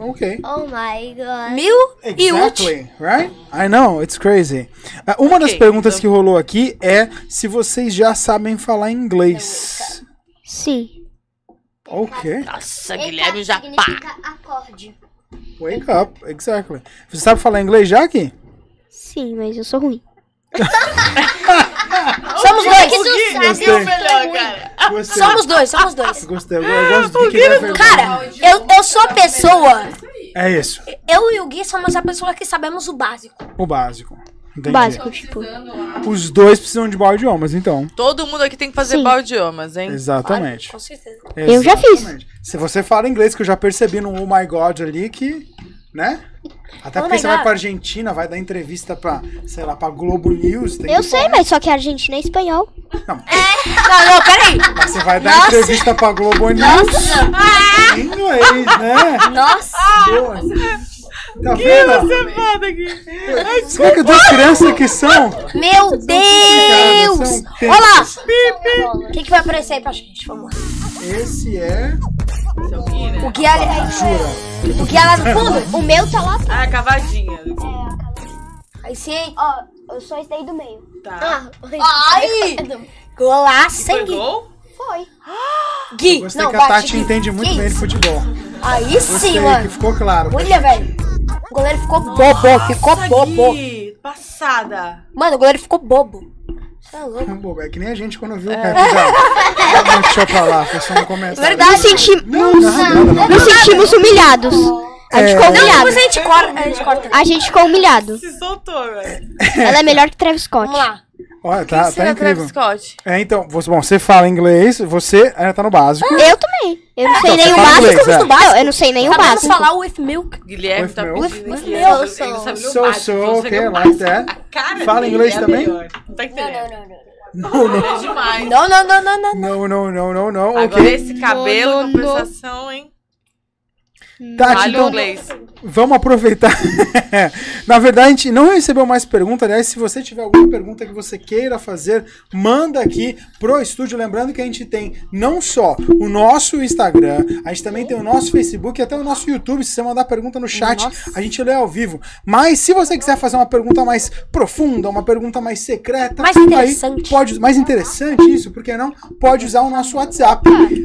Ok.
Oh my god.
Mil e um útil.
Exactly, right? I know, it's crazy. Ah, Uma das
Ok,
perguntas
então.
que rolou aqui é se vocês já sabem falar inglês.
Sim.
Ok.
Nossa, Guilherme já pá.
acorde.
Wake up, exactly. Você sabe falar inglês já aqui?
Sim, mas eu sou ruim.
Somos
Gui-
dois.
O Gui, o Gui é o
Gostei.
melhor, cara.
Gostei.
Somos dois, somos dois.
Gostei, eu gosto do que é verdade.
Cara, eu, eu sou a pessoa.
É isso,
Eu e o Gui somos a pessoa que sabemos o básico.
o básico. Entendi.
Básico, tipo.
Os dois precisam de balde de idiomas, então.
Todo mundo aqui tem que fazer baldiomas, hein?
Exatamente.
Com certeza.
Eu já fiz.
Exatamente. Se você fala inglês, que eu já percebi no Oh My God ali que, né? Até
Oh
porque
my
você vai
God.
pra Argentina, vai dar entrevista pra, sei lá, pra Globo News. tem
Eu
que
sei,
falar.
mas só que a Argentina é espanhol.
Não, não, peraí.
Mas você vai dar entrevista pra Globo News em inglês, né?
Ah. Nossa.
Boa. Tá vendo?
Você é foda, Gui.
Como é que duas crianças que são?
Meu Deus.
são
Olha lá. O que, que vai aparecer aí pra gente? Vamos lá.
Esse é.
O Gui, ali,
Jura?
o Gui é lá no fundo.
O meu tá lá.
Ah, cavadinha.
Aí sim, hein?
Ó, eu só estei do meio.
Tá.
Ai! Golaço,
Foi
hein, Gui?
gol?
Foi.
Gui,
Gostei
não,
que a
bate,
Tati
Gui.
entende muito
Que
bem de
isso?
futebol.
Aí
Gostei,
sim,
que
mano.
ficou claro.
Olha, velho. O goleiro ficou bobo, ficou
Nossa,
bobo.
Gui, Passada.
Mano, o goleiro ficou bobo. Você é louco.
Bobo, é que nem a gente quando viu o cara. Já, já deixou pra lá, foi só um comentário.
Verdade.
Nos, senti-
Não, nada, nada, nada.
nos sentimos humilhados. A gente ficou
Não,
humilhado.
depois a gente corta. A gente corta.
A gente ficou humilhado.
Se soltou, velho.
Ela é melhor que Travis Scott.
Vamos lá.
Olha, tá, tá
Será
incrível.
Travis Scott?
É, então, você, bom, você fala inglês, você ainda tá no básico.
Eu também. Eu não sei nem
você
o
fala
básico.
inglês, é.
do básico. Eu não sei nem o
Sabemos
básico.
falar with milk.
Guilherme
With
tá
milk.
pedindo
With
aqui.
milk.
Ele não sabe nem o
So,
básico,
so,
não sei
okay,
nem o básico.
like that.
A cara
é? Fala
dele
inglês
é a
também?
melhor. Não tá entendendo.
Não, não,
É demais.
Não, não, não, não, não.
não, não, não, não, não.
Agora
ok.
esse cabelo,
Não, não, não.
compensação, hein?
Tati,
Vale o
então,
inglês.
vamos aproveitar. Na verdade, a gente não recebeu mais pergunta. Aliás, se você tiver alguma pergunta que você queira fazer, manda aqui pro estúdio. Lembrando que a gente tem não só o nosso Instagram, a gente também tem o nosso Facebook e até o nosso YouTube. Se você mandar pergunta no chat, a gente lê ao vivo. Mas se você quiser fazer uma pergunta mais profunda, uma pergunta mais secreta,
Mais
aí
interessante.
pode, mais interessante isso, por que não? Pode usar o nosso WhatsApp.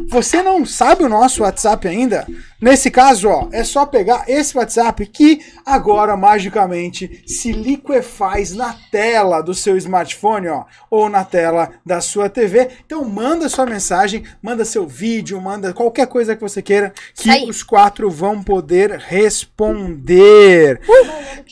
Você não sabe o nosso WhatsApp ainda? Nesse caso, ó, é só pegar esse WhatsApp que agora magicamente se liquefaz na tela do seu smartphone, ó, ou na tela da sua TV. Então manda sua mensagem, manda seu vídeo, manda qualquer coisa que você queira que
Isso aí.
os quatro vão poder responder.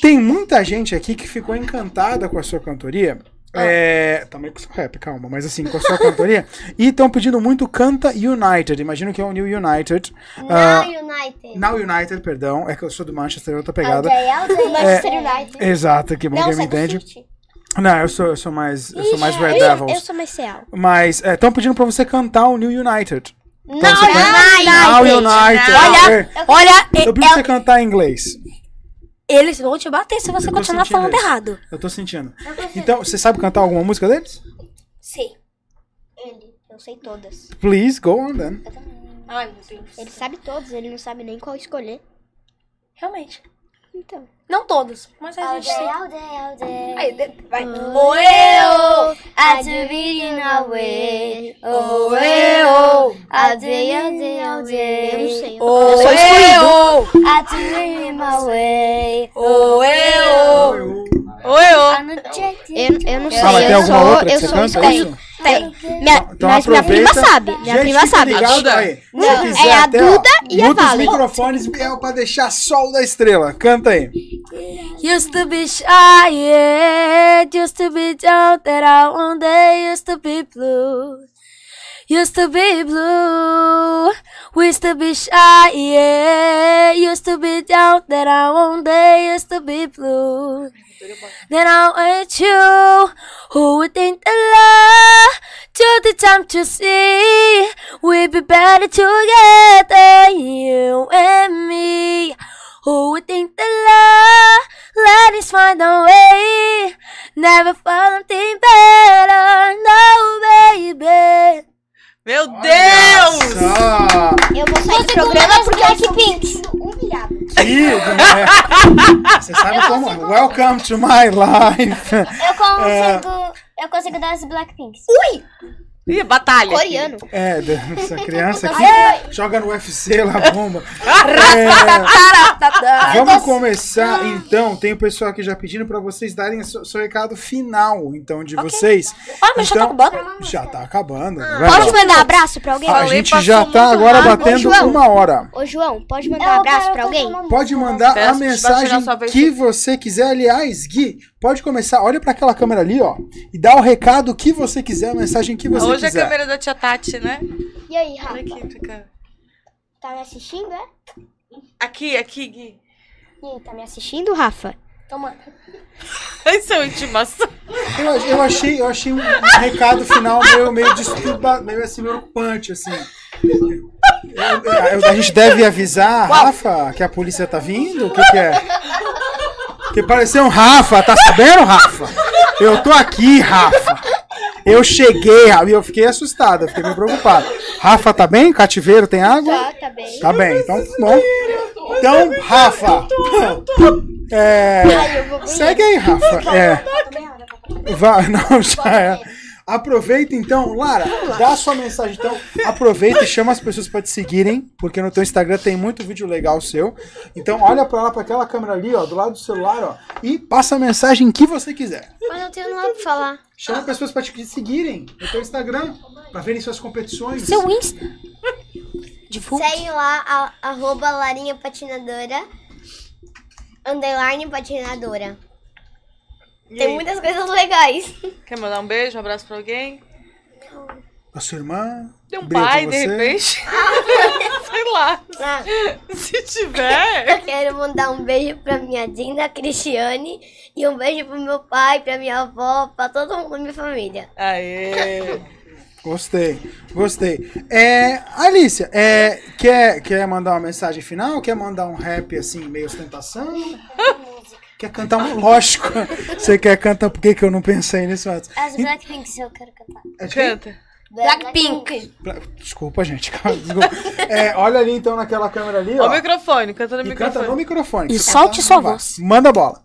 Tem muita gente aqui que ficou encantada com a sua cantoria.
Ah.
É, também com o seu rap, calma, mas assim, com a sua cantoria. E estão pedindo muito Canta United. Imagino que é o New United. Ah,
United.
Now United, perdão. É que eu sou do Manchester, é outra pegada.
Ah, Manchester United.
Exato,
É
que bom
um
que me entende. Não, eu sou, eu sou mais. Eu sou mais Red
eu,
Devils.
sou mais Seal.
Mas estão pedindo pra você cantar o New United.
Não, é
Então você canta- Now United.
Olha,
É.
olha,
Eu pedi
é-
pra você cantar em inglês.
é- eles vão te bater se você
tá
Eu tô
continuar
sentindo
falando
isso.
errado.
Eu tô sentindo.
um
Então, você sabe cantar alguma música deles?
Sei. Ele. Eu sei todas.
Please, go on then.
Ele sabe todas, ele não sabe nem qual escolher.
Realmente.
Então.
Não todos, mas a gente sim.
all day, all day.
Aí, de- vai.
Oh,
eu,
I do it in a way.
Oh, eu,
I do it all day, all day. Eu não sei.
Oh,
sou
eu,
I do it in my way.
oh, eu.
Oi, ô.
Tá Eu, eu não sei,
Ah, mas tem
eu
alguma
sou,
outra que
eu
você
sou
canta? É
espanhol.
isso?
Tem.
Minha,
Então
mas minha prima
aproveita.
sabe, minha
Gente,
prima
fica
sabe.
ligado
Duda.
aí. Se
Não,
quiser
é a
até,
Duda
ó,
e a
muda os
Vale.
microfones é pra deixar sol da estrela. Canta aí.
Used to be shy, yeah. Used to be down that I one day used to be blue. Used to be blue. We used to be shy, yeah. Used to be down that I one day used to be blue. Then I ain't you. Who would think that love took the time to see we'd be better together, you and me? Who would think that love let us find a way? Never found something better, no baby.
Meu Deus!
Ah,
Eu vou sair do programa porque é que Pinks. Humilhado.
que- é. Você sabe como? Welcome to my life.
Um Eu consigo, eu consigo dar as Blackpinks.
Ih, batalha. aqui.
Coreano.
É, essa criança aqui joga no UFC lá, bomba. É, vamos começar então. Tem o pessoal aqui já pedindo pra vocês darem o seu, seu recado final, então, de vocês.
Ah, mas já tá
Então,
acabando?
Já tá acabando. vai lá.
Pode
um
mandar abraço pra alguém?
A
Falei,
gente
passou
já tá
muito
agora
rápido.
batendo
Ô, João.
uma hora.
Ô, João, pode mandar um abraço pra alguém?
Pode mandar
Peço
a
que vai
mensagem
tirar sua vez.
que você quiser. Aliás, Gui, pode começar. Olha pra aquela câmera ali, ó. E dá o recado que você quiser, a mensagem que você
Hoje é a
quiser.
câmera da tia Tati, né?
E aí,
Olha
Rafa?
aqui, fica.
Tá me assistindo, é?
Aqui, aqui, Gui.
E aí, tá me assistindo, Rafa?
Isso é uma intimação.
Eu, eu achei, eu achei um um recado final meio, meio disturba, meio assim, preocupante, assim. Eu- eu- a gente deve avisar, Rafa, que a polícia tá vindo? O que, que é? Que pareceu um Rafa, tá sabendo, Rafa? Eu tô aqui, Rafa. Eu cheguei, Rafa, e eu fiquei assustada, fiquei meio preocupada. Rafa, tá bem? Cativeiro, tem água?
Tá, tá bem.
Tá bem, então tá bom. Então, Rafa. É, segue aí, Rafa. É, vai, não, já é. Aproveita então, Lara, dá sua mensagem então. Aproveita e chama as pessoas pra te seguirem, porque no teu Instagram tem muito vídeo legal seu. Então olha pra lá pra aquela câmera ali, ó, do lado do celular, ó, e passa a mensagem que você quiser.
Mas eu tenho nada pra falar.
Chama pessoas pra te seguirem no teu Instagram, pra verem suas competições.
Seu Insta. Divulga.
Segue lá, a- arroba Larinha Patinadora. Underline Patinadora. Tem muitas coisas legais.
Quer mandar um beijo, um abraço pra alguém?
A sua irmã.
Tem um
briga com
pai, de
você.
repente? Sei lá.
Ah,
Se tiver.
eu quero mandar um beijo pra minha Dinda Cristiane. E um beijo pro meu pai, pra minha avó, pra todo mundo da minha família.
Aê.
Gostei, gostei. É, Alicia, é, quer, quer mandar uma mensagem final? Quer mandar um rap assim, meio ostentação? Quer cantar um? Lógico. Você quer cantar? Por que, que eu não pensei nisso antes?
As Blackpink, se eu quero cantar.
É de quem?
Canta.
Blackpink.
Pla- Desculpa, gente. calma, desculpa. É, olha ali então naquela câmera ali,
Ó,
ó.
o microfone, canta no
E
microfone.
canta no microfone.
E
Se
solte
cantar,
sua
não vai.
voz.
Manda bola.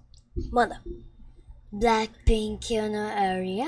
Manda.
Blackpink, you know area.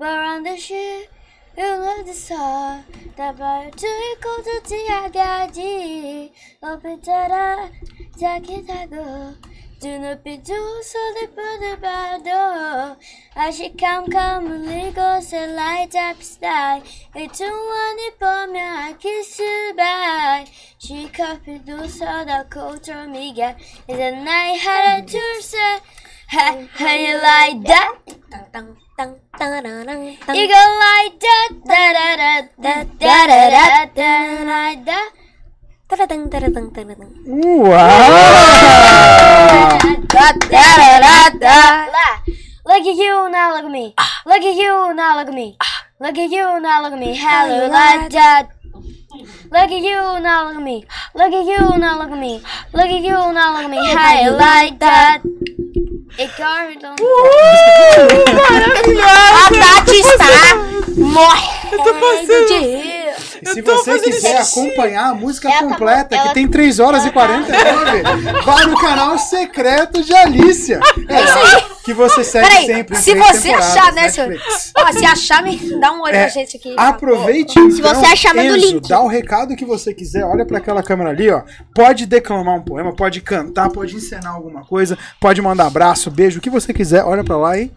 We're on the ship, you love the star. The bar to equal to THID. Open tada, take it go. Do not be too so the put about door. I should come, come, legal, say light up style. It's a one upon me, I kiss you bye. She copied do so the culture me get. Is a night had a tour set. How you like that? You go like that, da da da da da da da da like that.
Uau!
La. Look at you now, look at me. Look at you now, look at me. Look at you now, look at me. Hello, like that. Look at you now, look at me. Look at you now, look at me. Look at you now, look at me. Hey, like that. It carried on.
A Tati está morrendo de rir.
E se você quiser acompanhar a música
É
completa, que tem 3 horas e 49, vai no canal secreto de Alicia. É Que você segue
Peraí,
sempre. em
se
três
você
temporadas,
achar, né,
Netflix.
Ó, se achar, me dá um olho
É,
pra gente aqui.
Aproveite. Se
você achar, manda o link.
Dá o recado que você quiser. Olha pra aquela câmera ali, ó. Pode declamar um poema, pode cantar, pode encenar alguma coisa, pode mandar abraço, beijo, o que você quiser. Olha pra lá e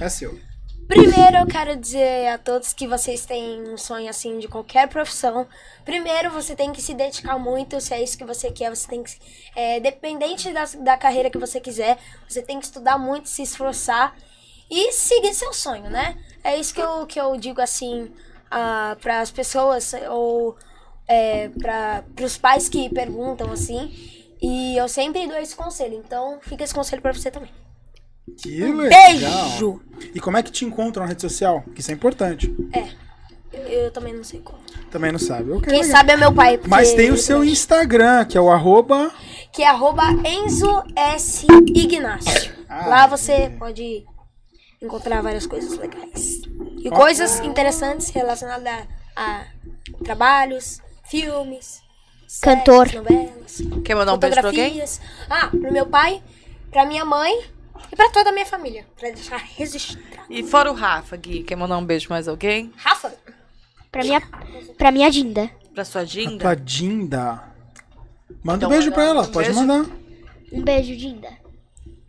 é seu.
Primeiro, eu quero dizer a todos que vocês têm um sonho assim de qualquer profissão. Primeiro, você tem que se dedicar muito, se é isso que você quer. Você tem que, é, dependente da, da carreira que você quiser, você tem que estudar muito, se esforçar e seguir seu sonho, né? É isso que eu, que eu digo assim para as pessoas ou é, para os pais que perguntam assim. E eu sempre dou esse conselho, então fica esse conselho para você também.
Que legal.
Um Beijo!
E como é que te encontram na rede social? Que isso é importante.
Eu, eu também não sei como.
Também não sabe. Ok,
Quem
legal.
sabe é meu pai. porque
Mas tem o
ele
seu
mexe.
Instagram, que é o arroba.
Que é arroba Enzo S. Ignacio.
Ah,
Lá você pode encontrar várias coisas legais. E
Ó.
coisas interessantes relacionadas a, a trabalhos, filmes, séries,
Cantor.
novelas,
um
Quer mandar um beijo pra alguém?
fotografias. Ah, pro meu pai, pra minha mãe E pra toda a minha família. Pra deixar registrado.
E fora o Rafa, Gui, quer mandar um beijo mais alguém?
Rafa?
Pra minha, pra minha Dinda.
Pra sua Dinda? Então
Pra Dinda. Manda um beijo pra ela, pode
beijo.
mandar.
Um beijo, Dinda.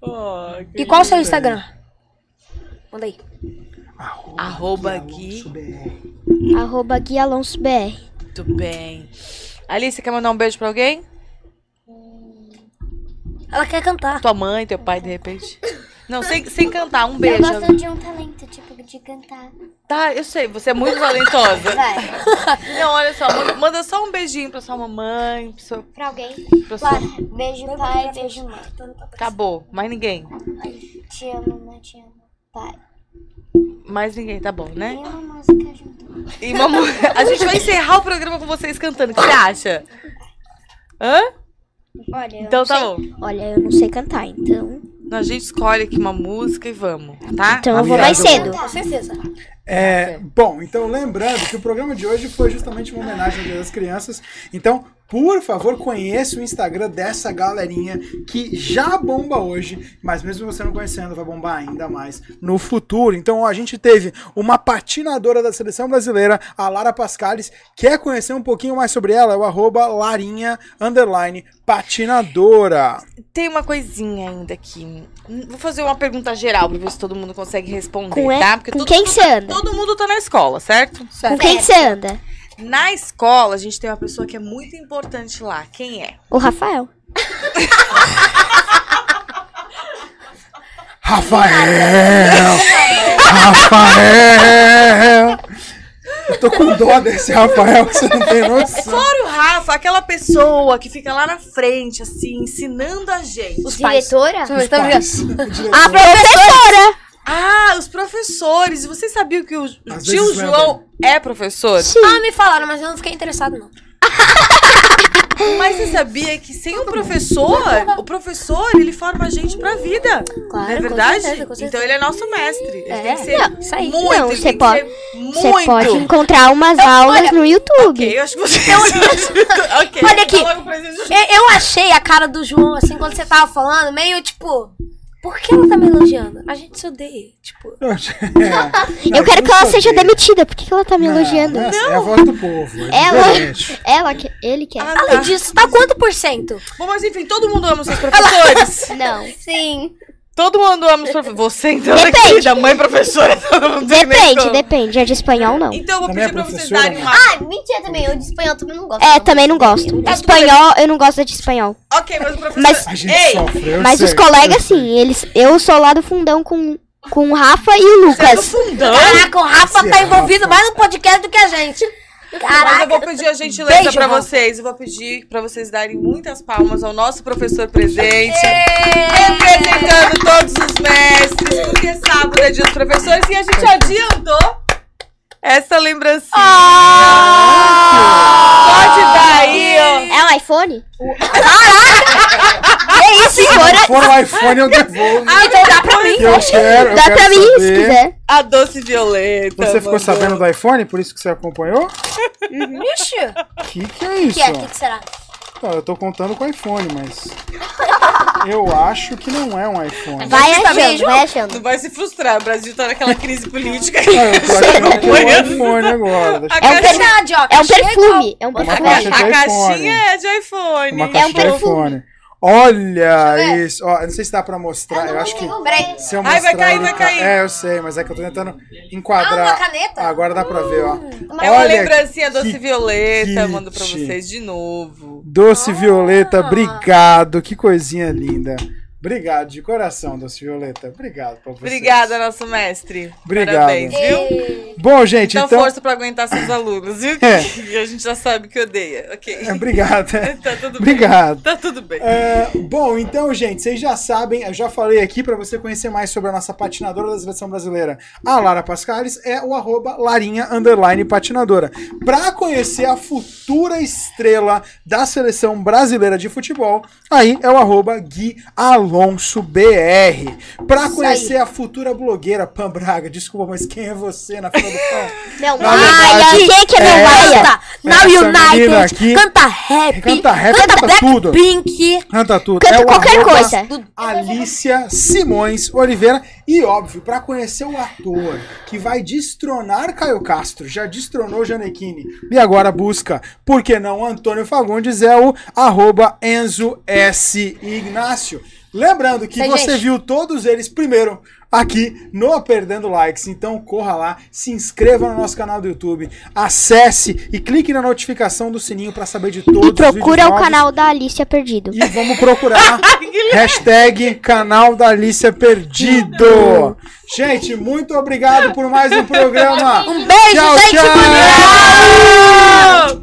Oh, que
E qual o seu
Dinda.
Instagram? Manda aí.
Arroba Gui.
BR.
Arroba Gui Alonso BR.
Muito bem. Alice, quer mandar um beijo pra alguém?
Ela quer cantar.
Tua mãe, teu pai, de repente? Não, sem, sem cantar, um
Eu
beijo.
gosto de um talento, tipo, de cantar.
Tá, eu sei, você é muito talentosa.
Vai,
Não, olha só, manda, manda só um beijinho pra sua mamãe, pro seu.
pra alguém.
Pro seu...
Claro, beijo pai, beijo mãe.
Acabou, mais ninguém.
Te amo, mãe, te amo. Pai.
Mais ninguém, tá bom,
E
né?
uma música junto.
E mamu... a gente vai encerrar o programa com vocês cantando. O que você acha? Hã?
Olha, eu
Então tá bom.
Olha, eu não sei cantar, então.
A gente escolhe aqui uma música e vamos, tá?
Então eu vou
Aliás,
mais
eu-
cedo.
Com certeza.
É, bom, então lembrando que o programa de hoje foi justamente uma homenagem ao Dia das Crianças. Então, por favor, conheça o Instagram dessa galerinha que já bomba hoje, mas mesmo você não conhecendo, vai bombar ainda mais no futuro. Então, a gente teve uma patinadora da seleção brasileira, a Lara Pascales. Quer conhecer um pouquinho mais sobre ela? É o arroba Larinha underline patinadora.
Tem uma coisinha ainda aqui. Hum, Vou fazer uma pergunta geral pra ver se todo mundo consegue responder,
Com, e-
tá? Porque
com
todo,
quem que você anda?
todo mundo tá na escola, certo?
Com quem que você anda?
Na escola, a gente tem uma pessoa que é muito importante lá. Quem é?
O Rafael.
Rafael! Rafael! Eu tô com dó desse Rafael que você não tem noção.
Fora o Rafa, aquela pessoa que fica lá na frente, assim, ensinando a gente.
Os Diretora?
Os pais, o diretor.
A professora!
Ah, os professores. Você sabia que o
Às
tio
vezes
João é professor?
Ah, me falaram, mas eu não fiquei interessado, não.
Mas você sabia que sem o professor, o professor, ele forma a gente pra vida.
Claro,
não é
com
verdade?
certeza, com certeza.
Então ele é nosso mestre. Ele
É.
tem que ser
Não, isso aí.
muito,
Não,
ele
você
tem
pode-
que ser
Você
muito.
pode encontrar umas aulas no YouTube.
Ok, eu acho que você é um... Ok,
Olha aqui.
dá logo pra gente.
Eu, eu achei a cara do João, assim, quando você tava falando, meio tipo. Por que ela tá me elogiando? A gente se odeia. Tipo,
É.
Eu quero que
Não,
ela
eu
seja
sabia.
demitida. Por que que ela tá me
Não,
elogiando?
né?
essa É a voz do povo. É
Ela-
diferente.
Ela que. é. Ele quer.
Ah,
além
tá.
disso, tá quanto por cento?
Bom, mas enfim, todo mundo ama os seus professores.
Não.
Sim.
Todo mundo ama os professores. Você, então,
Depende.
daqui, da mãe professora, todo mundo tem
Depende,
medo.
depende. É de espanhol, não.
Então eu vou
Também é
pedir pra vocês
professora,
darem
né?
uma...
Ah, mentira também. Eu de espanhol também não gosto.
É, também não gosto.
então, Tá tudo
Espanhol, eu não gosto é de espanhol.
Ok, mas o professor...
Mas-
A gente
Ei,
sofre. eu
Mas
sei.
os colegas, sim, eles. Eu sou lá do fundão com, com o Rafa e o
você é do
Lucas.
fundão.
Caraca, o Rafa
Esse é
tá
Rafa.
envolvido mais no podcast do que a gente.
Mas eu
Caraca.
vou pedir a gentileza
Beijo,
pra
Rafa.
vocês. Eu vou pedir pra vocês darem muitas palmas ao nosso professor presente. Representando todos os mestres, porque sábado é dia dos professores e a gente adiantou essa lembrancinha. Pode dar aí, ó.
É um iPhone? Caraca! É isso,
Se for o iPhone, eu devolvo.
Ah, dá pra mim.
que eu quero. eu
tá. Dá
quero
pra mim se
saber.
quiser.
A doce violeta.
Você ficou
mandou.
sabendo do iPhone, por isso que você acompanhou?
Ixi, o
Que que é isso?
que é? O que, que será?
Não, eu tô contando com o iPhone, mas. Eu acho que não é um iPhone.
Vai
Você tá
achando,
beijo?
vai achando.
Não vai se frustrar. O Brasil tá naquela crise política.
Ah, eu tô achando que é um iPhone agora. Deixa eu-
A
É um
caixa-
perfume.
Verdade, ó.
É um
chega-
perfume. É um
Uma
perfume.
caixa
a
de iPhone.
caixinha é de iPhone.
Uma caixa
um
de iPhone. Olha isso. Ó, eu não sei se dá pra mostrar. Eu acho que
um
Peraí.
se eu mostrar...
Ai, vai cair,
ele
vai
ca-
cair.
É, eu sei, mas é que eu tô tentando
Ah, uma
enquadrar.
caneta?
Agora dá pra ver, ó.
É uma
Olha,
lembrancinha doce
que
violeta, mando pra
kit.
vocês de novo.
Doce Violeta, obrigado. Que coisinha linda. Obrigado de coração, Doce Violeta. Obrigado pra vocês.
Obrigada, nosso mestre.
Obrigado.
Parabéns, viu?
Bom, gente,
Então,
então...
força pra aguentar seus alunos, viu?
É.
Que a gente já sabe que odeia, ok?
É, Obrigado. é.
Tá tudo bem.
Obrigado.
Tá tudo bem.
É, bom, então, gente, vocês já sabem, eu já falei aqui pra você conhecer mais sobre a nossa patinadora da seleção brasileira. A Lara Pascales é o arroba Larinha underline patinadora. Pra conhecer a futura estrela da seleção brasileira de futebol, aí é o arroba Gui Alonso Alonso BR. Pra conhecer a futura blogueira Pam Braga, desculpa, mas quem é você na fila do pão?
Meu
Na
pai.
verdade,
Ai, achei que é meu
essa-
Maia. Na
essa menina
United,
aqui-
canta rap,
Canta rap, canta tudo.
Blackpink.
Canta tudo. É
Canta
o
qualquer
arroba
coisa.
Alicia Simões Oliveira. E óbvio, pra conhecer o ator que vai destronar Caio Castro, já destronou Janequine. E agora busca, por que não, Antônio Fagundes é o arroba Enzo S. Ignacio. Lembrando que
Oi,
você
gente.
viu todos eles primeiro aqui no Perdendo Likes. Então corra lá, se inscreva no nosso canal do YouTube, acesse e clique na notificação do sininho pra saber de todos
E
os vídeos
procura o
novos.
canal da Alicia Perdido.
E vamos procurar hashtag canal da Alicia Perdido. Gente, muito obrigado por mais um programa.
Um beijo,
Tchau,
gente
tchau.
bonita.
Não!